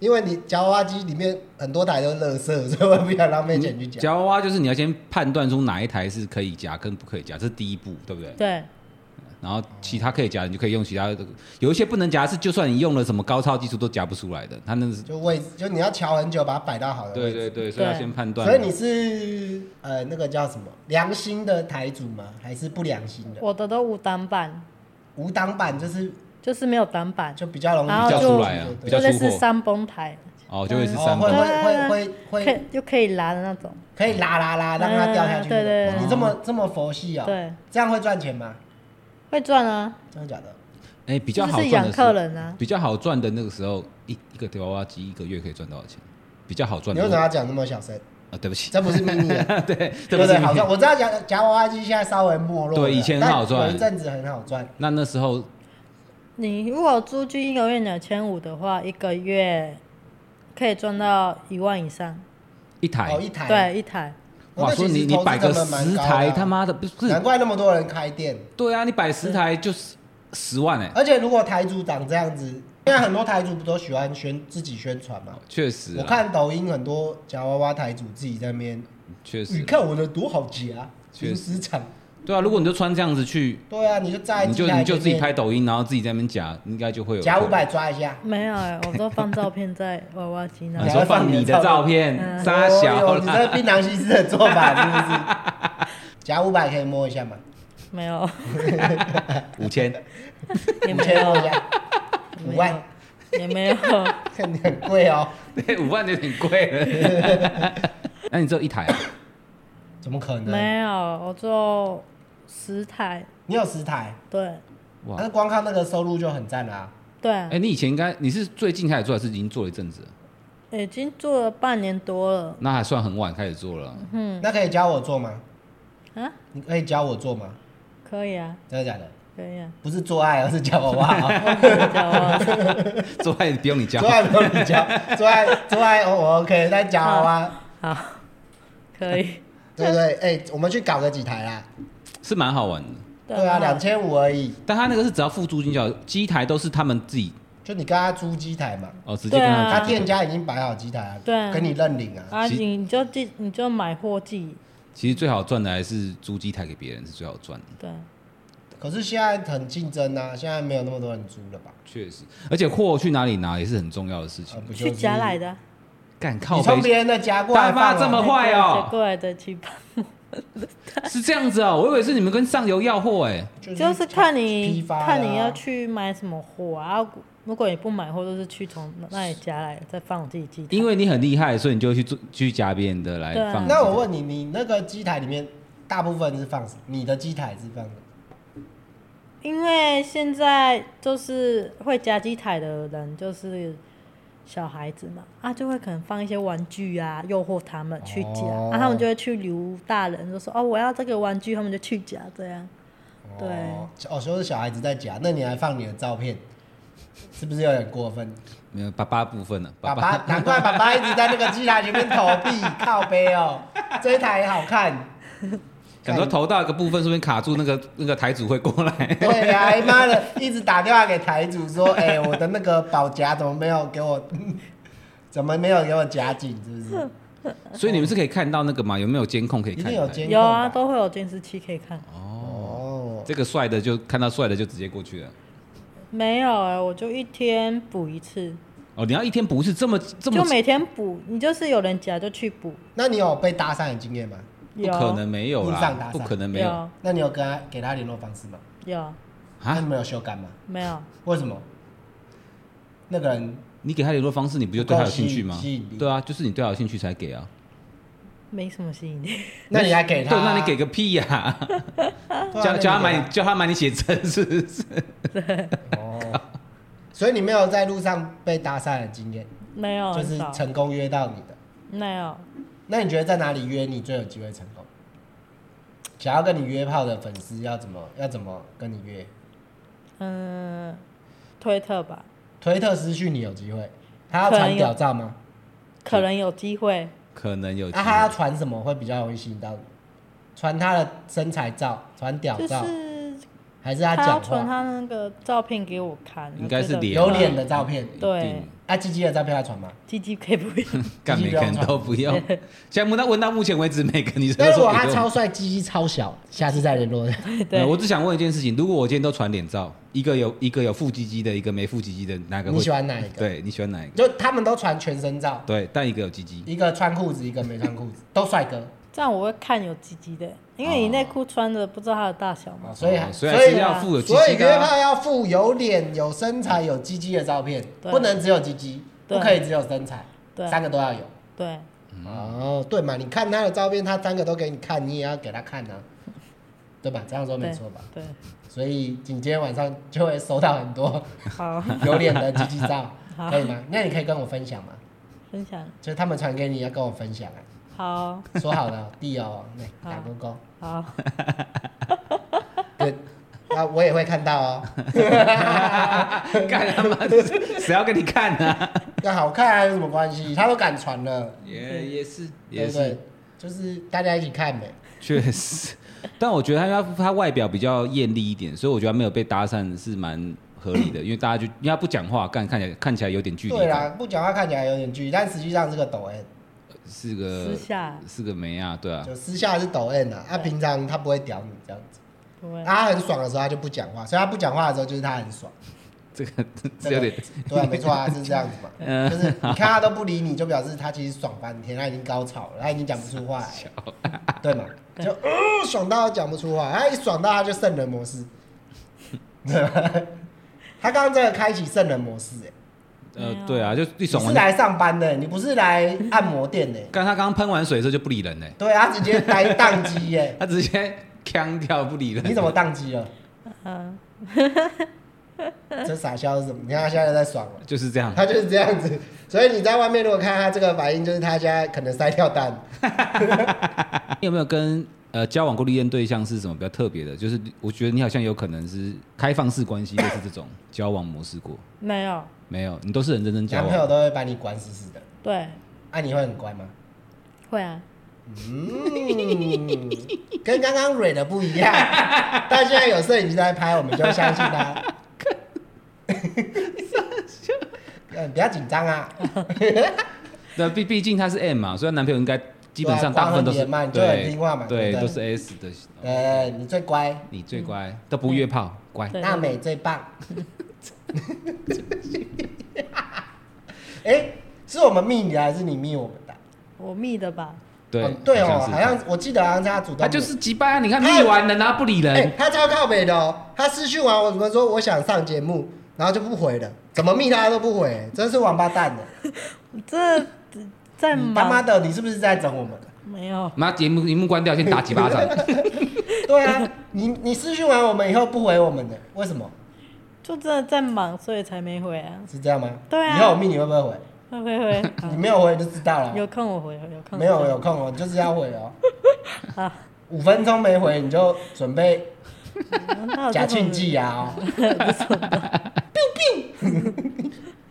S3: 因为你夹娃娃机里面很多台都是垃圾，所以我不想浪费钱去夹。
S2: 夹娃娃就是你要先判断出哪一台是可以夹跟不可以夹，这是第一步，对不对？
S4: 对，
S2: 然后其他可以夹，你就可以用其他的。有一些不能夹是，就算你用了什么高超技术都夹不出来的，他那是。
S3: 就位置，就你要瞧很久，把它摆到好的位
S2: 对
S3: 置。
S2: 对对，所以要先判断。
S3: 所以你是呃那个叫什么良心的台主吗？还是不良心的？
S4: 我的都无挡板，
S3: 无挡板就是
S4: 就是没有挡板，
S3: 就比较容易
S4: 然后
S2: 比较
S4: 就
S2: 出来啊，比
S3: 对
S2: 较
S4: 就类
S2: 出
S4: 似
S2: 货
S4: 三崩台，
S2: 哦，就会是
S3: 哦
S2: 三
S3: 会
S2: 本。
S3: 会会
S4: 可
S3: 会
S4: 以
S3: 会
S4: 就可以拉的那种。
S3: 可以拉拉拉，让它掉下去。
S4: 嗯对对
S3: 哦
S4: 对
S3: 你这么这么佛系哦。
S4: 对，
S3: 这样会赚钱吗？
S4: 会转啊，
S3: 真的假的？
S2: 哎，比较
S4: 就
S2: 好
S4: 是
S2: 赚
S4: 养
S2: 的
S4: 客
S2: 是，
S4: 人啊。
S2: 比较好赚的那个时候，一一个娃娃机一个月可以赚多少钱？比较好赚
S3: 你
S2: 的
S3: 为什么
S2: 啊，
S3: 要讲那 么小声？
S2: 对不起，
S3: 这不是秘 密啊，
S2: 对，
S3: 对
S2: 不
S3: 不
S2: 起
S3: 对？，好赚，我知道夹夹娃娃机现在稍微没落了，
S2: 对以前很好赚
S3: 但有一阵子很好赚。
S2: 那那时候
S4: 你如果租金一个月两千五的话，一个月可以赚到一万以上。
S2: 一台
S3: 哦，，一台，
S4: 对，一台。
S3: 哦
S2: 哇，
S3: 那
S2: 说
S3: 其
S2: 你
S3: 实
S2: 你
S3: 投资
S2: 摆个
S3: 成本蛮
S2: 十
S3: 高的
S2: 台，
S3: 啊
S2: 他妈的不是
S3: 难怪那么多人开店。
S2: 对啊，你摆十台就是十万哎，
S3: 而且如果台主长这样子，现在很多台主不都喜欢宣自己宣传嘛？
S2: 确实啊，
S3: 我看抖音很多夹娃娃台主自己在那边，
S2: 确实
S3: 你，看我的多好夹，
S2: 确实
S3: 零食场。
S2: 对啊，如果你就穿这样子去，
S3: 对啊，你就在
S2: 你就你就自己拍抖音，然后自己在那边夹，应该就会有
S3: 夹五
S2: 客人
S3: 百抓一下，
S4: 没有哎、我都放照片在娃娃机那
S2: 啊
S4: 里
S2: 你。说放你的照片，
S4: 嗯
S2: 沙
S3: 哦
S2: 小
S3: 哟你这槟榔西施的做法是 不是？夹五百可以摸一下嘛？
S4: 没有，
S2: 五千，
S4: 也
S3: 五
S4: 没
S3: 千摸一
S4: 有，
S3: 下，五万，
S4: 也 没有。
S3: 你很贵哦，
S2: 对，五万有点贵了。那你只有一台啊？
S3: 怎么可能？
S4: 没有，我就十台，
S3: 你有十台，
S4: 对
S2: 哇
S3: 但，是光靠那个收入就很赞啦、
S4: 对、啊
S2: 哎，你以前应该你是最近开始做，还是已经做了一阵子了？
S4: 已经做了半年多了。
S2: 那还算很晚开始做了。
S4: 嗯
S3: 那可以教我做吗？
S4: 啊，
S3: 你可以教我做吗？
S4: 可以啊，
S3: 真的假的？
S4: 可以啊，
S3: 不是做爱，而是教娃娃啊。
S4: 叫我
S2: 做爱不用你教
S3: 做，爱不用你 教，做爱做爱我我 OK，但教娃娃，
S4: 好，可以。
S3: 对不对？哎、我们去搞个几台啦。
S2: 是蛮好玩的。
S3: 对啊，
S4: 好
S3: 两千五而已，
S2: 但他那个是只要付租金就好，机台都是他们自己
S3: 就你跟他租机台嘛，
S2: 哦，直接跟
S4: 对啊
S2: 他
S3: 他店家已经摆好机台啊，
S4: 对啊
S3: 跟你认领啊。
S4: 啊，
S2: 其实
S4: 你你就记，你就买货记，
S2: 其实最好赚的还是租机台给别人是最好赚的，
S4: 对，
S3: 可是现在很竞争啊，现在没有那么多人租了吧？
S2: 确实。而且货去哪里拿也是很重要的事
S3: 啊
S2: 情。
S3: 不就是
S4: 去夹来的啊，
S2: 干
S3: 你
S2: 靠
S3: 从
S2: 北
S3: 别人的夹过来
S2: 大妈
S3: 放啊
S2: 这么坏
S4: 夹
S2: 哦，
S4: 过来的去吧。
S2: 是这样子哦，我以为是你们跟上游要货哎。
S4: 就是看你
S3: 批发的啊
S4: 看你要去买什么货啊。如果你不买货，就是去从那里夹来，再放我自己机台。
S2: 因为你很厉害，所以你就去做去夹别人的来
S4: 对啊
S2: 放。
S3: 那我问你，你那个机台里面大部分是放什么？你的机台是放什么？
S4: 因为现在就是会夹机台的人，就是小孩子嘛，啊，就会可能放一些玩具啊，诱惑他们去夹，
S3: 哦
S4: 啊，他们就会去留大人，就说哦，我要这个玩具，他们就去夹这样。对
S3: 哦，哦，说是小孩子在夹，那你还放你的照片，是不是有点过分？
S2: 没有爸爸部分呢、
S3: 爸
S2: 爸
S3: 爸，难怪爸爸一直在那个机台前面投币靠背哦，这一台也好看。
S2: 想说投到一个部分，顺便卡住那个那个台主会过来。
S3: 对呀、哎妈的，一直打电话给台主说，哎、我的那个保夹怎么没有给我， 怎么没有给我夹紧，是不 是？
S2: 所以你们是可以看到那个嘛？有没有监控可以
S3: 一
S2: 看
S3: 定
S2: 的？
S3: 有监控
S4: 有啊，
S3: 吧
S4: 都会有监视器可以看。
S3: 哦，
S2: 这个帅的就看到帅的就直接过去了。
S4: 没有哎、我就一天补一次，
S2: 哦，你要一天不是这么这么
S4: 就每天补，你就是有人夹就去补。
S3: 那你有被搭讪的经验吗？
S2: 不
S4: 有
S2: 可能没有
S3: 路上打
S2: 啦，
S3: 赏
S2: 不可能没有
S4: 有
S3: 那你有跟他给他联络方式吗？
S4: 有
S3: 那你
S2: 啊！
S3: 们有修改吗？
S4: 没有？
S3: 为什么？那个人
S2: 你给他联络方式，你不就对他有兴趣
S3: 不
S2: 吗
S3: 够吸引吸引力？
S2: 对啊，就是你对他有兴趣才给啊。
S4: 没什么吸引力。
S3: 那你还给他、
S2: 对，那你给个屁呀、
S3: 对啊
S2: 叫叫他买
S3: 那
S2: 你，叫他买你写真是不是？
S3: 你给他哦。所以你没有在路上被搭讪的经验，
S4: 没有，
S3: 就
S4: 哦很
S3: 是
S4: 少，
S3: 成功约到你的。
S4: 没有，
S3: 那你觉得在哪里约你最有机会成功？想要跟你约炮的粉丝要怎么要怎么跟你约？
S4: 嗯，推特吧，
S3: 推特私讯你有机会，他要
S4: 可能啊
S3: 传
S4: 有
S3: 屌照吗？啊
S4: 可能有机会，
S2: 可能有机
S3: 那、他要
S2: 会。
S3: 传什么会比较容易吸引到你？传他的身材照，传屌
S4: 就
S3: 照，
S4: 是
S3: 还是他
S4: 要
S3: 讲话？
S4: 传他那个照片给我看，
S2: 应该是
S4: 我觉得
S2: 脸
S3: 有脸的照片，
S4: 对
S2: 一定
S3: 啊，鸡鸡的照片要 传吗？
S4: 鸡鸡可以不 用，
S2: 干每个人都不用。现在问到问到目前为止，每个女生
S3: 但
S2: 都
S3: 是
S2: 说
S3: 我他
S2: 不
S3: 超
S2: 用。
S3: 帅，鸡鸡超小，下次再联络。
S4: 对
S2: 没有
S4: 对
S2: 我，只想问一件事情：如果我今天都传脸照，一个有一个有腹肌肌的，一个没腹肌肌的，哪个会
S3: 你喜欢哪一个？，
S2: 对你喜欢哪一个？
S3: 就他们都传全身照，
S2: 对，但一个有鸡鸡，
S3: 一个穿裤子，一个没穿裤子，都帅哥，
S4: 这样我会看有鸡鸡的，因为你内裤穿着不知道它的大小嘛
S3: 哦，所以
S2: 哦
S3: 还
S2: 所
S3: 所
S2: 以还是
S3: 以
S2: 要附有鸡
S3: 所以
S2: 鸡
S3: 约
S2: 的
S3: 炮
S2: 啊。
S3: 要附有脸、有身材、有鸡鸡的照片，
S4: 对
S3: 不能只有鸡鸡，不
S4: 对
S3: 可以只有身材，
S4: 对
S3: 三个都要有。
S4: 对，
S2: 嗯
S3: 哦，对嘛，你看他的照片，他三个都给你看，你也要给他看啊，对吧？这样说没
S4: 对
S3: 错吧？
S4: 对，
S3: 所以你今天晚上就会收到很多
S4: 好，
S3: 有脸的鸡鸡照，
S4: 好
S3: 可以吗？那你可以跟我分享吗？
S4: 分享，
S3: 就是他们传给你要跟我分享啊，
S4: 好
S3: 说好 了，弟哦，那打
S4: 好
S3: 勾勾，
S4: 好，
S3: 对，那我也会看到哦，
S2: 干他妈的，谁要跟你看呢、啊？
S3: 那好看有什么关系？他都敢传了，
S2: 也也是
S3: 对
S2: 也
S3: 不
S2: 是
S3: 对，？就是大家一起看呗。
S2: 确实。但我觉得他他他外表比较艳丽一点，所以我觉得他没有被搭讪是蛮合理的，因为大家就因为他不讲话，干看起来看起来有点距离
S3: 对啊啦
S2: 感，，
S3: 不讲话看起来有点距离，但实际上是个抖 N，
S2: 是个
S4: 私下
S2: 是个梅啊，对啊，
S3: 就私下是抖 N 啊，他平常他不会屌你这样子。
S4: 不会，
S3: 他很爽的时候他就不讲话，所以他不讲话的时候就是他很 爽。
S2: 这个
S3: 这
S2: 这
S3: 个
S2: 有点
S3: 对啊，没错啊，是这样子嘛。
S2: 嗯
S3: 就是你看他都不理你，就表示他其实爽翻天，他已经高潮了，他已经讲不出话 来了，对嘛？就嗯、呃爽到讲不出话，他一爽到他就圣人模式， 对吧？他刚刚真的开启圣人模式、欸，
S2: 呃对啊，就一
S3: 你
S2: 爽
S3: 是
S2: 完就。
S3: 来上班的、你不是来按摩店的、
S2: 刚他刚刚喷完水之后就不理人嘞，
S3: 对啊，他直接来宕机 耶，
S2: 他直接腔掉不理人。
S3: 你怎么？宕机了？
S4: 嗯，
S3: 这傻笑是什么？你看他现在在爽了。
S2: 就是这样，
S3: 他就是这样子，所以你在外面如果看他这个反应，就是他现在可能塞跳蛋。
S2: 你有没有跟呃交往过历任对象是什么比较特别的？就是我觉得你好像有可能是开放式关系，类似这 种交往模式过，
S4: 没有，
S2: 没有？你都是很认真交
S3: 男朋友
S2: 往。
S3: 都会把你管死死的。
S4: 对，
S3: 啊，你会很乖吗？
S4: 会啊，
S3: 嗯，跟刚刚蕊的不一样。但现在有摄影机在拍，我们就相信他。 呃不要紧张啊！
S2: 那毕毕竟他是 M 嘛，所以她男朋友应该基本上
S3: 对啊
S2: 大部分都是
S3: 光很野蛮你就很
S2: 对
S3: 听话嘛
S2: 对，
S3: 对不对嗯
S2: 都是 S 的。
S3: 呃，你最乖，
S2: 你最乖，都不约炮，乖。
S4: 对
S3: 娜美最棒。 哎、是我们密你的还是你密我们的？
S4: 我密的吧，
S2: 对
S3: 哦对哦，
S2: 是
S3: 好像我记得好像是他主动的。
S2: 他就是急掰啊！你看密完了，然后不理
S3: 哎、
S2: 人，
S3: 他超靠北的哦，他私讯完我怎么说我想上节目，然后就不回了，怎么密他都不回，真是王八蛋的！
S4: 这在
S3: 你他妈
S4: 忙，
S3: 嗯的，你是不是在整我们？
S4: 没有，
S2: 妈节目荧幕关掉，先打几巴 掌。
S3: 对啊，你你私讯完我们以后不回我们的，为什么？
S4: 就真的在忙，所以才没回啊，
S3: 是这样吗？
S4: 对啊
S3: 以后我密你会不会回？
S4: 会会会，
S3: 你
S4: 好
S3: 没有回就知道了。
S4: 有空我回，有空我
S3: 没有
S4: 回
S3: 有空哦，就是要回哦。
S4: 好
S3: 五分钟没回你就准备
S4: 那哦我就
S3: 假庆忌啊、哦！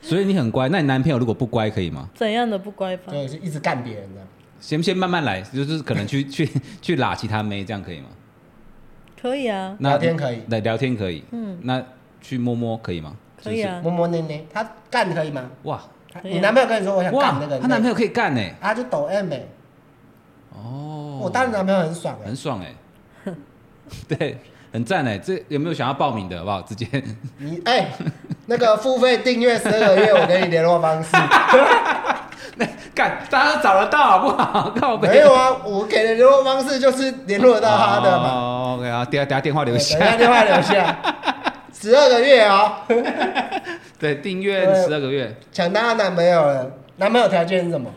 S2: 所以你很乖，那你男朋友如果不乖可以吗？
S4: 怎样的不乖法？
S3: 就是一直干别人的。
S2: 先先慢慢来，就是可能去 去去拉其他妹，这样可以吗？
S4: 可以啊，
S2: 那
S3: 聊天可以
S2: 对，聊天可以。
S4: 嗯
S2: 那去摸摸可以吗？
S4: 可以啊，
S3: 摸摸捏捏，他干可以吗？
S2: 就是。哇
S3: 他
S4: 可以啊
S3: 你男朋友跟你说我想干
S2: 哇
S3: 那个，，
S2: 她男朋友可以干呢。
S3: 他就抖 M 欸
S2: 哦，
S3: 我当然男朋友很爽哎、
S2: 很爽 哎，对，很赞哎。这有没有想要报名的？好不好？直接
S3: 你哎、那个付费订阅十二个月，我给你联络方式。
S2: 干，大家都找得到好不好？靠北
S3: 没有啊，我给的联络方式就是联络到他的嘛。
S2: 哦，OK 啊，等下等下电话留
S3: 对等一下
S2: 下。
S3: 电话留下，十二个月哦，
S2: 对，订阅
S3: 对
S2: 十二个月，
S3: 抢到她男朋友了。男朋友条件是什么？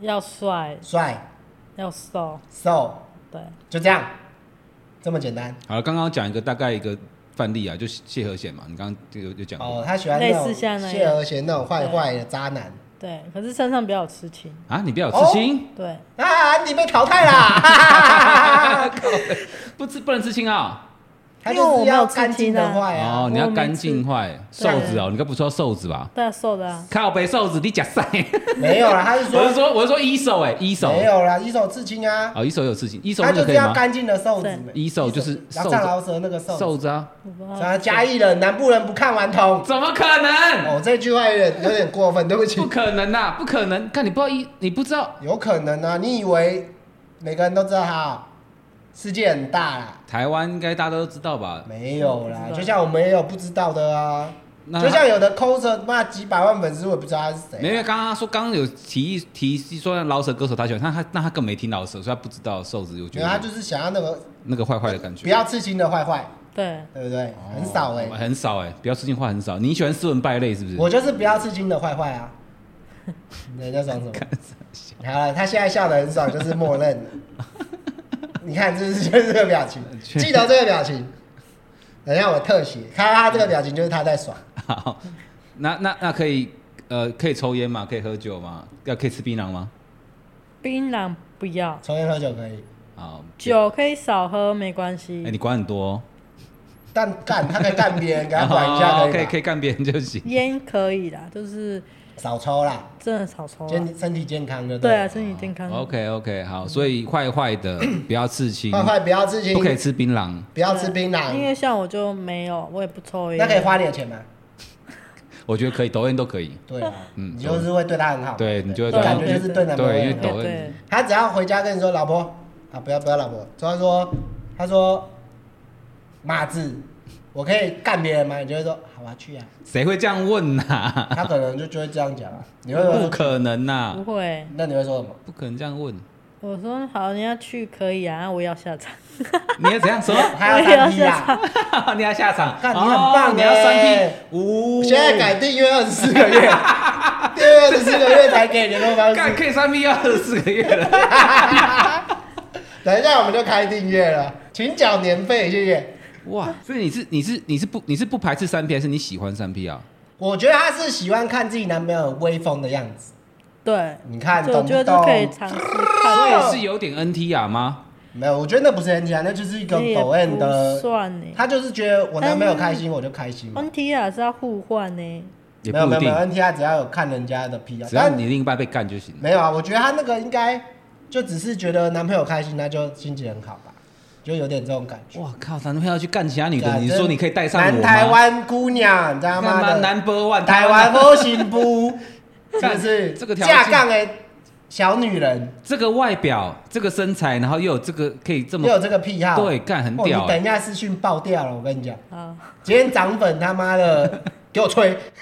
S4: 要帅，
S3: 帅，
S4: 要瘦，
S3: So
S4: 对，
S3: 就这样，这么简单。
S2: 好了，刚刚讲一个大概一个范例啊，就谢和弦嘛，你刚刚就有有讲过、
S3: 哦，他喜欢那
S4: 类
S3: 种
S4: 似像那样
S3: 谢和弦那种坏坏的渣 男。
S4: 对，可是身上比较有痴情，
S2: 啊，你不要
S3: 哦
S2: 有痴心，
S4: 对，
S3: 啊，你被淘汰啦！
S2: 不吃不能痴心啊。
S3: 他就是要干净的坏啊。
S2: 哦，你要干净坏，瘦子哦，你刚不说瘦子吧？
S4: 对啊，瘦的啊，
S2: 靠北瘦子，你假 赛。
S3: 没有啦，他是
S2: 我是
S3: 说
S2: 说，我是说一手哎，一手
S3: 没有啦，一手刺青啊，
S2: 哦，一手有事情，一手
S3: 他
S2: 那个
S3: 就
S2: 可
S3: 是
S2: 以
S3: 要
S2: 吗？
S3: 干净的瘦
S4: 对
S3: 子们。
S2: 一手就是
S3: 然
S2: 瘦
S3: 后藏
S2: 子，
S3: 饶舌那个瘦
S2: 瘦
S3: 子。
S2: 子啊，
S4: 我不知
S3: 然后
S4: 道，
S3: 嘉义人，南部人不看顽童。
S2: 怎么可能？
S3: 哦，这句话有点有点过分，对不起
S2: 不。可能呐，不可能！看你不知道一，你不知道
S3: 有可能啊，你以为每个人都知道他哦？世界很大啦。
S2: 台湾应该大家都知道吧？
S3: 没有
S4: 不
S3: 啦
S4: 知，道
S3: 就像我们也有不知道的啊，
S2: 那
S3: 就像有的抠着骂几百万粉丝，我也不知道他是谁啊。
S2: 没有，因为刚刚他说刚刚有提议提议说让饶舌歌手他喜欢，那他那他更没听饶舌，所以他不知道瘦子，我觉
S3: 没有，他
S2: 得
S3: 就是想要那个
S2: 那个坏坏的感觉。
S3: 不要刺青的坏坏，
S4: 对，
S3: 对不对？
S2: 哦
S3: 很少哎、
S2: 很少哎、不要事情话很少。你喜欢斯文败类是不是？
S3: 我就是不要刺青的坏坏啊。你在爽什么？好了，他现在笑得很爽，就是默认 了。你看，这是就是这个表情，
S2: 确
S3: 记得这个表情。等一下我特写，看他这个表情就是他在爽。
S2: 好，那那那可以呃可以抽烟吗？可以喝酒吗？要可以吃槟榔吗？
S4: 槟榔不要，
S3: 抽烟喝酒可以，
S2: 啊，
S4: 酒可以少喝没关
S2: 哎、
S4: 系，
S2: 你管很多、哦，
S3: 但干他可以干别人，给他管一下可以 吧
S2: 哦、可以可以干别人就 行。
S4: 烟可以啦，就是
S3: 少抽啦，
S4: 真的少抽啊，
S3: 健身体健康就
S4: 对啊，
S3: 了。
S4: 身体健
S3: 哦
S4: 康
S2: OK OK，好，所以坏坏的不要刺青，
S3: 坏坏不要刺青，
S2: 不可以吃槟榔，
S3: 不要吃槟榔
S4: 因，为像我就没有，我也不抽烟，
S3: 那可以花你的钱吗？
S2: 我觉得可以，抖音都可以。
S3: 对 啊，
S2: 嗯
S3: 你就是会对他很好，
S2: 对你就会
S4: 对
S3: 感觉就是对男朋
S2: 对，因为
S3: 友
S4: 对
S2: 抖音
S4: 对对
S3: 他只要回家跟你说老婆啊，不要不要老婆，他说他说马子，我可以干别人吗？你就会说好啊，去啊，
S2: 谁会这样问啊呐、
S3: 他可能就就会这样讲啊，你会
S2: 不
S3: 说
S2: 可能呐、
S3: 啊
S4: 不会。
S3: 那你会说什么？
S2: 不可能这样问。
S4: 我说好，你要去可以啊，我要下场。
S2: 你要怎样？什么？
S3: 还要三 P 啊？
S2: 你要下场？
S3: 干你很棒
S2: 哦你要三
S3: 欸
S2: P 五，
S3: 我现在改订阅二十四个月，订阅二十四个月才给联络方
S2: 干
S3: 式，
S2: 可以三 P 要二十四个月了。
S3: 等一下我们就开订阅了，请缴年费，谢谢。
S2: 哇！所以你是你是你是不你是不排斥三 P 还是你喜欢三 P 啊？
S3: 我觉得他是喜欢看自己男朋友威风的样子，
S4: 对，
S3: 你看
S4: 就我
S3: 懂
S4: 觉
S3: 不
S4: 得都可以
S3: 懂？
S4: 尝试
S2: 所
S4: 看。
S2: 以是有点 NT 啊吗？
S3: 没有，我觉得那不是 N T 啊，那就是一个
S4: 那也
S3: 抖 M
S4: 不
S3: 的
S4: 算呢。
S3: 他就是觉得我男朋友开心，我就开心嘛。
S4: N T R 是要互换呢，
S2: 也
S3: 没有
S2: 不
S3: 没
S2: 一
S3: 有没有
S2: 定，
S3: ，NTR 只要有看人家的屁啊，
S2: 只要
S3: 但
S2: 你另一半被干就行。
S3: 没有啊，我觉得他那个应该就只是觉得男朋友开心，他就心情很好吧，就有点这种感觉。
S2: 哇靠！男朋友要去干其他女
S3: 对啊
S2: 的，你说你可以带上我
S3: 南
S2: 吗？
S3: 台湾姑娘，你知道
S2: 干嘛
S3: 吗？
S2: ？Number One，
S3: 台湾好媳妇，是
S2: 干
S3: 不是？
S2: 这个条件
S3: 架杠的小女人
S2: 这个外表，这个身材，然后又有这个可以这么
S3: 又有这个癖好，
S2: 对，干很
S3: 哦你
S2: 屌欸、
S3: 等一下私讯爆掉了，我跟你讲，
S4: 啊，
S3: 今天涨粉他妈的给我吹！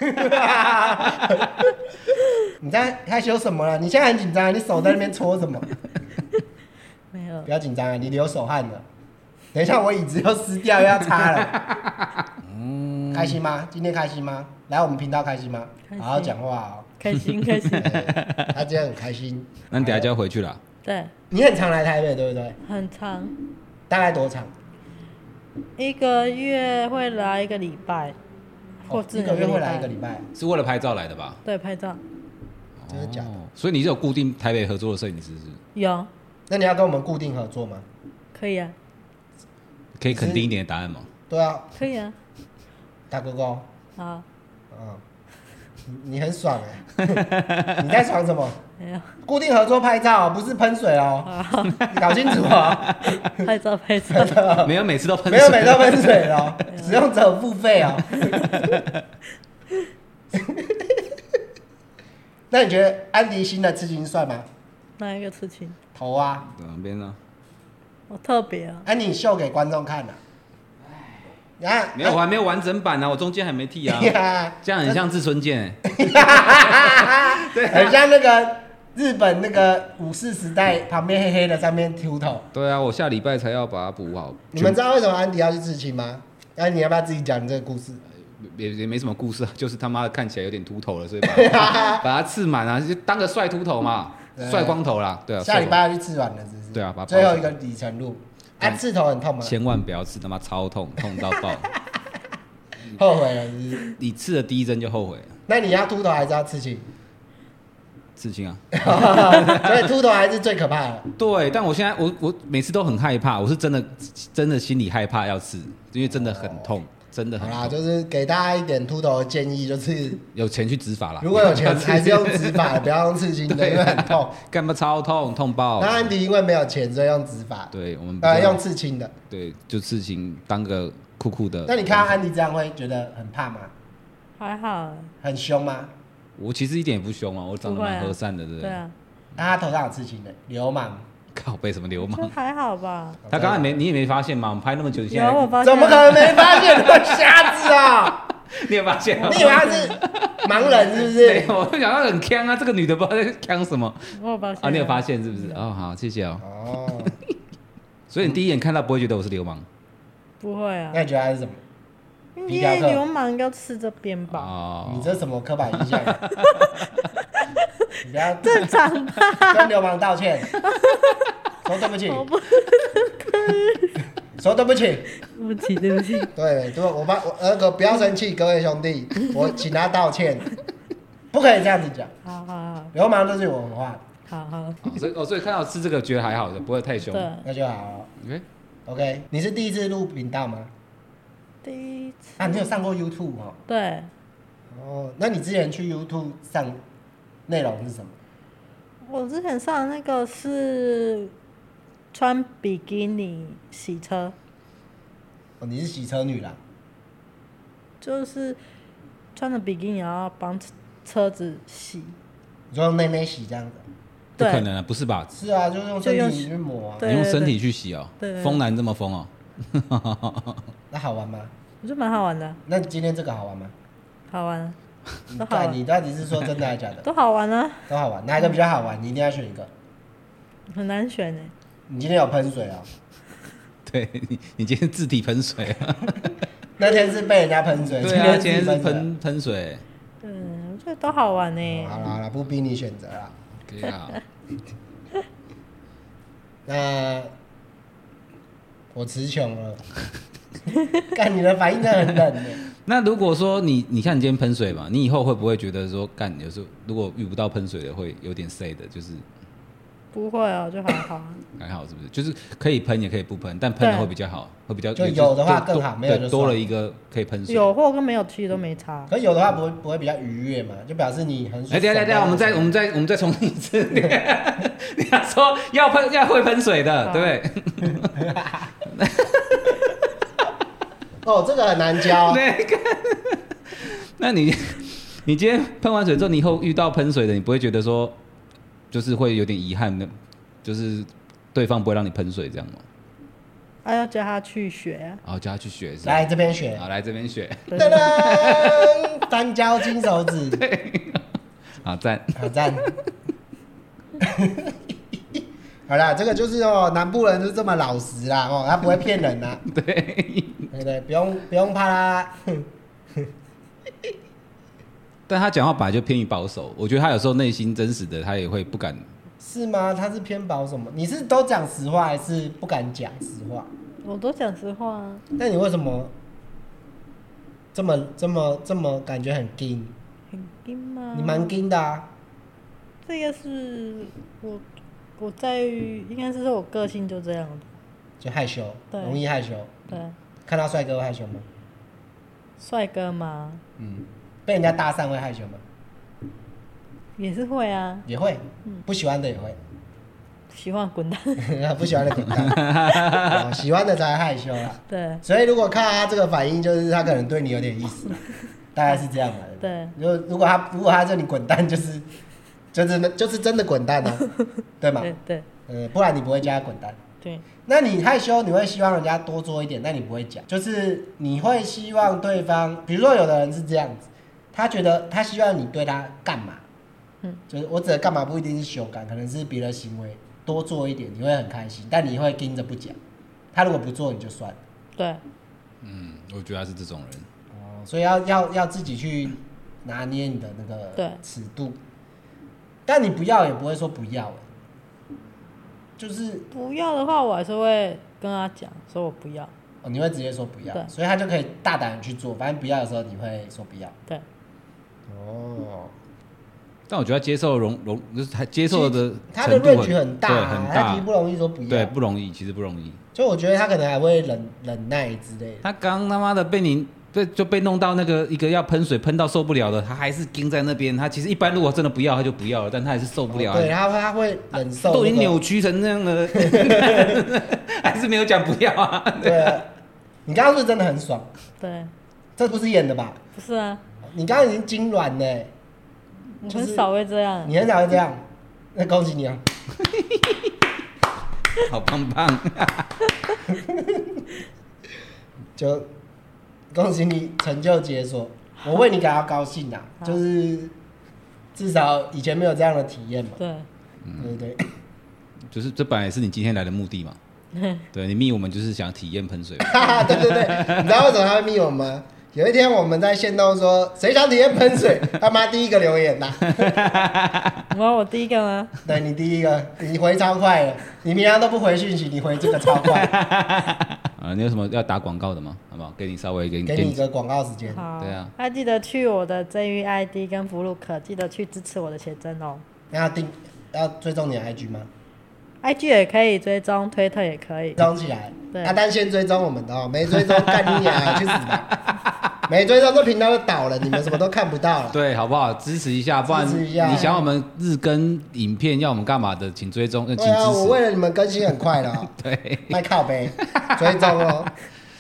S3: 你在害羞什么了？你现在很紧张啊，你手在那边搓 什么？
S4: 没有
S3: 不，要紧张啊，你流手汗了。等一下我椅子又湿掉，又要擦了。
S2: 嗯
S3: 开心吗？今天开心吗？来我们频道开心吗？
S4: 开心
S3: 好好 讲话哦。
S4: 开心开心。
S3: 对他今天很开心。
S2: 那你等一下就要回去了。
S4: 对，
S3: 你很常来台北，对不对？
S4: 很长，
S3: 大概多长？哦
S4: 一个月会来一个礼拜，或
S3: 哦
S4: 至
S3: 一个月会来一个
S4: 拜
S3: 礼拜，
S2: 是为了拍照来的吧？
S4: 对，拍照
S3: 真的假的？
S2: 哦所以你是有固定台北合作的摄影师是不是？
S4: 有
S3: 那你要跟我们固定合作吗？
S4: 可以啊，
S2: 可以肯定一点的答 案吗？
S3: 对啊，
S4: 可以啊，
S3: 大哥哥。
S4: 好，
S3: 嗯，你你很爽哎、你在爽什么？
S4: 没有
S3: 固定合作拍照，不是喷水 哦、
S4: 啊，
S3: 你搞清楚哦、
S4: 拍照拍照，
S2: 没有，每次都喷水。
S3: 没有每周喷水哦、使用者付费哦、那你觉得安迪新的刺青帅吗？
S4: 那一个事情
S3: 头啊，
S2: 两边呢？
S4: 我特别啊，
S3: 安、妮秀给观众看了、啊。啊，
S2: 没有，我还没有完整版呢、我中间还没 剃啊。
S3: 啊，
S2: 这样很像志村 健、欸，
S3: 对，很像那个日本那个武士时代旁边黑黑的上面秃头。
S2: 对啊，我下礼拜才要把它补好。
S3: 你们知道为什么安迪要去刺青吗？安迪要不要自己讲你这个故事？
S2: 也也没什么 故事啊，就是他妈的看起来有点秃头了，所以把它把它刺满啊，就当个帅秃头嘛。
S3: 对
S2: 帅光头啦，对啊，
S3: 下
S2: 帅
S3: 礼
S2: 光
S3: 拜要去刺卵了，是不是？
S2: 对啊把它
S3: 最
S2: 包
S3: 后一
S2: 起
S3: 个里程路，啊，刺头很痛吗？
S2: 千万不要刺，他妈超痛，痛到 爆！
S3: 后悔了，是不是？
S2: 你刺了第一针就后悔了，
S3: 那你要秃头还是要刺 青？
S2: 刺青啊。
S3: 所以秃头还是最可怕的。
S2: 对，但我现在我我每次都很害怕，我是真的真的心里害怕要刺，因为真的很痛，真的
S3: 哦好
S2: 很
S3: 啦，
S2: 痛。
S3: 就是给大家一点秃头的建议，就是
S2: 有钱去执法啦，
S3: 如果有 钱还是用直发的，不要用刺青的，因为很痛。
S2: 干嘛超痛，痛爆
S3: 那！安迪因为没有钱，所以用直发，
S2: 对我们不
S3: 呃，
S2: 是
S3: 用刺青的。
S2: 对就刺青当个酷酷的。
S3: 那你看到安迪这样会觉得很怕吗？
S4: 还好，啊
S3: 很凶吗？
S2: 我其实一点也不凶啊，我长得
S4: 不会啊
S2: 蛮和善的，对不
S4: 对
S2: 对？
S4: 啊，
S3: 那他头上有刺青的，流氓，
S2: 靠背什么流
S4: 就
S2: 氓？
S4: 还好吧。
S3: 嗯
S2: 他刚才没你也没发现吗？我们拍那么久，你现
S4: 有我
S2: 在
S4: 发现，
S3: 哦怎么可能没发现？你瞎子啊！
S2: 你有发现吗？
S3: 你以为他是盲人是不
S2: 没
S3: 是？
S2: 有，我就想到很呛啊，这个女的不知道在呛什么
S4: 我有发现
S2: 啊，你有发现是不
S4: 嗯
S2: 是？哦，好，谢谢哦。
S3: 哦，
S2: 所以你第一眼看到不会觉得我是流氓
S4: 不会啊，
S3: 那你觉得他是什么？
S4: 因
S3: 哎皮夹
S4: 为
S3: 克
S4: 流氓应该吃这边吧？
S3: 你
S2: 哦，
S3: 这什么刻板印 象？你不要
S4: 正常吧？
S3: 跟流氓道歉，说对不起，
S4: 我不
S3: 说对不起。
S4: 对不起，对不起，
S3: 对，对，我帮我那个不要生气，各位兄弟，我请他道歉，不可以这样子讲，
S4: 好好好
S3: 流氓就是有文化，
S4: 好好，
S2: 哦所以哦，所以看到吃这个觉得还好的，不会太凶。
S4: 对，
S3: 那就好了。
S2: OK，
S3: OK，你是第一次录频道吗？
S4: 第一次
S3: 啊，你有上过 YouTube 哦。
S4: 对，
S3: 哦，那你之前去 YouTube 上内容是什么？
S4: 我之前上的那个是穿比基尼洗车，
S3: 哦，你是洗车女啦。
S4: 就是穿着比基尼然后帮车车子洗，
S3: 你说用内内洗这样子？
S2: 不
S4: 对
S2: 可能啊，不是吧？
S3: 是啊，就是用身
S4: 就用
S3: 体去抹啊。
S4: 对
S2: 你用身体去洗哦
S4: 对对，对
S2: 风男这么疯哦，
S3: 那好玩吗？
S4: 我觉得蛮好玩的，
S3: 那今天这个好玩吗？
S4: 好玩啊，
S3: 你
S4: 都好玩
S3: 干你到底是说真的还是假的？
S4: 都好玩啊，
S3: 都好玩，哪一个比较好玩？你一定要选一个。
S4: 很难选呢。
S3: 你今天有喷水哦，
S2: 对 你，你今天自体喷水，
S3: 那天是被人家喷水，
S2: 对啊，
S3: 今
S2: 今天是
S3: 天自己水。
S2: 喷喷水，
S4: 嗯，我觉得都好玩
S3: 哦
S4: 呢。
S3: 好了好了，不逼你选择了。
S2: 可以啊，
S3: 那我词穷了， 干你的反应真的很冷欸耶。
S2: 那如果说你，你看你今天喷水嘛，你以后会不会觉得说，干有时候如果遇不到喷水的，会有点 sad，的就是
S4: 不会哦，就还好啊。
S2: 还好是不是？就是可以喷也可以不喷，但喷了会比较好，会比较
S3: 就有的话
S2: 就
S3: 更好
S2: 多
S3: 没有就
S2: 对
S3: 算
S2: 多了一个可以喷水。
S4: 有货跟没有其实都没差。
S3: 可有的话不会不会比较愉悦嘛？就表示你很爽。
S2: 哎，等一下等一下，我们再我们再我们再重新一次， 你你要说要喷要会喷水的，
S4: 好
S2: 对 不对？
S3: 哦，这个很难教。
S2: 那个，那你你今天喷完水之后，你以后遇到喷水的，你不会觉得说就是会有点遗憾的，就是对方不会让你喷水这样吗？
S4: 啊，要叫他去学啊。
S2: 然后叫他去学是吧
S3: 来这边学，
S2: 好，来这边学，
S4: 对
S3: 噔噔，三焦金手指，
S2: 好赞。
S3: 好赞。 好啦，这个就是哦，南部人就这么老实啦，哦，他不会骗人啦，
S2: 对，
S3: 对对，不用不用怕啦。
S2: 但他讲话本来就偏于保守，我觉得他有时候内心真实的，他也会不敢。
S3: 是吗？他是偏保守吗？你是都讲实话，还是不敢讲实话？
S4: 我都讲实话啊，
S3: 那你为什么这么这么这么感觉很硬？
S4: 很硬吗？
S3: 你蛮硬的啊！
S4: 这个是我我在于应该是说我个性就这样的，
S3: 就害羞，
S4: 对
S3: 容易害羞。
S4: 对，
S3: 看到帅哥会害羞吗？
S4: 帅哥嘛
S3: 被人家搭讪会害羞吗？
S4: 也是会啊，
S3: 也会，不喜欢的也会，
S4: 喜欢滚蛋，
S3: 不喜欢的滚蛋。哦喜欢的才害羞啦。
S4: 对
S3: 所以如果看他这个反应，就是他可能对你有点意思，大概是这样的。
S4: 对，
S3: 如果如果他如果他叫你滚蛋，就是就是就是真的滚蛋啊，对吗？
S4: 对对
S3: 呃，不然你不会叫他滚蛋。
S4: 对，
S3: 那你害羞，你会希望人家多做一点，那你不会讲，就是你会希望对方，比如说有的人是这样子，他觉得他希望你对他干嘛，
S4: 嗯，
S3: 就是我指的干嘛不一定是修改，可能是别的行为多做一点，你会很开心，但你会盯着不讲，他如果不做你就算了，
S4: 对
S2: 嗯，我觉得他是这种人。
S3: 哦，所以要要要自己去拿捏你的那
S4: 对
S3: 个尺度。但你不要也不会说不要、欸，就是
S4: 不要的话，我还是会跟他讲，说我不要。
S3: 哦，你会直接说不
S4: 对
S3: 要，所以他就可以大胆的去做。反正不要的时候，你会说不要。
S4: 对，
S3: 哦，
S2: 但我觉得他接受容容就是他接受的
S3: 他的
S2: 程度
S3: range 很大、
S2: 对
S3: 啊，
S2: 很
S3: 他其实
S2: 大，
S3: 不容易说不要。
S2: 对，不容易，其实不容易。
S3: 就我觉得他可能还会忍忍耐之类的。
S2: 他刚他妈的被你被就被弄到那个一个要喷水喷到受不了了，他还是盯在那边。他其实一般如果真的不要，他就不要了，但他还是受不了。
S3: 对，他会他会忍受、那
S2: 都已经
S3: 个
S2: 扭曲成那样了，还是没有讲不要啊？
S3: 对，你刚刚是不是真的很爽，
S4: 对，
S3: 这不是演的吧？
S4: 不是啊，
S3: 你刚刚已经痉挛呢、
S4: 我
S3: 就
S4: 很
S3: 是
S4: 少会这样。
S3: 欸你很少会这样，那恭喜你啊！
S2: 好棒棒！
S3: 就恭喜你成就解锁，我为你感到高兴啊！
S4: 好
S3: 就是至少以前没有这样的体验嘛，
S4: 对，
S3: 对不对？
S2: 就是这本来也是你今天来的目的嘛。对你密我们就是想体验喷水，
S3: 哈哈，对对对， 你知道为什么他会密我们吗？有一天我们在线动说谁想体验喷水，他妈第一个留言呐、
S4: 然后我第一个吗？
S3: 对你第一个，你回超快了，你平常都不回讯息，你回这个超快，
S2: 啊，你有什么要打广告的吗？好不好？给你稍微给你
S3: 给你一个广告时间。
S4: 好，
S2: 对啊，
S4: 还记得去我的 JUID 跟福禄可，记得去支持我的写真哦。
S3: 那要定要追踪你的 IG 吗？
S4: IG 也可以追踪，推特也可以
S3: 追。踪起来。
S4: 对
S3: 啊，但先追踪我们的哦，没追踪干你娘，去死吧！没追踪这频道就倒了，你们什么都看不 到了。
S2: 对，好不好？支持一下，不然
S3: 支持一下
S2: 你想我们日更影片要我们干嘛的，请追踪，呃请
S3: 对啊，我为
S2: 支
S3: 了你们更新很快的、哦，
S2: 持。对，
S3: 卖靠呗，追踪哦。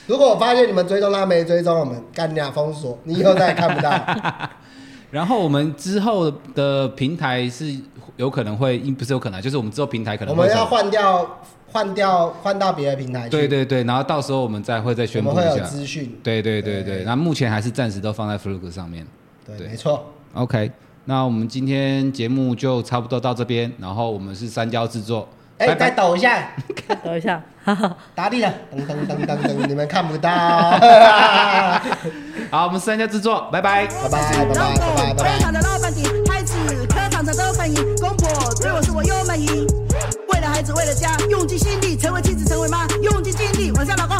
S3: 如果我发现你们追踪他没追踪我们，干你娘封锁，你以后再也看 不到。
S2: 然后我们之后的平台是有可能会，不是有可能啊，就是我们之后平台可
S3: 我
S2: 能会
S3: 们要换掉，换掉，换到别的平台去。
S2: 对对对，然后到时候我们再会再
S3: 我
S2: 宣布
S3: 们
S2: 一
S3: 会有
S2: 下。
S3: 资讯。
S2: 对对对对，那目前还是暂时都放在 Fluke 上面。
S3: 对，
S2: 对
S3: 没错。
S2: OK，那我们今天节目就差不多到这边，然后我们是三焦制作，
S3: 哎、
S2: 拜
S3: 再
S2: 拜。
S3: 抖一下，
S4: 等一下，
S3: 打地了，噔噔噔噔噔，你们看不 到。
S2: 好，我们三焦制作，拜拜。
S3: 拜拜拜拜拜拜拜拜
S1: 非。常的老板底，孩子课堂上都翻译，公婆对我说我又满意。为了孩子，为了家，用尽心力，成为妻子，成为妈，用尽精力，晚上老公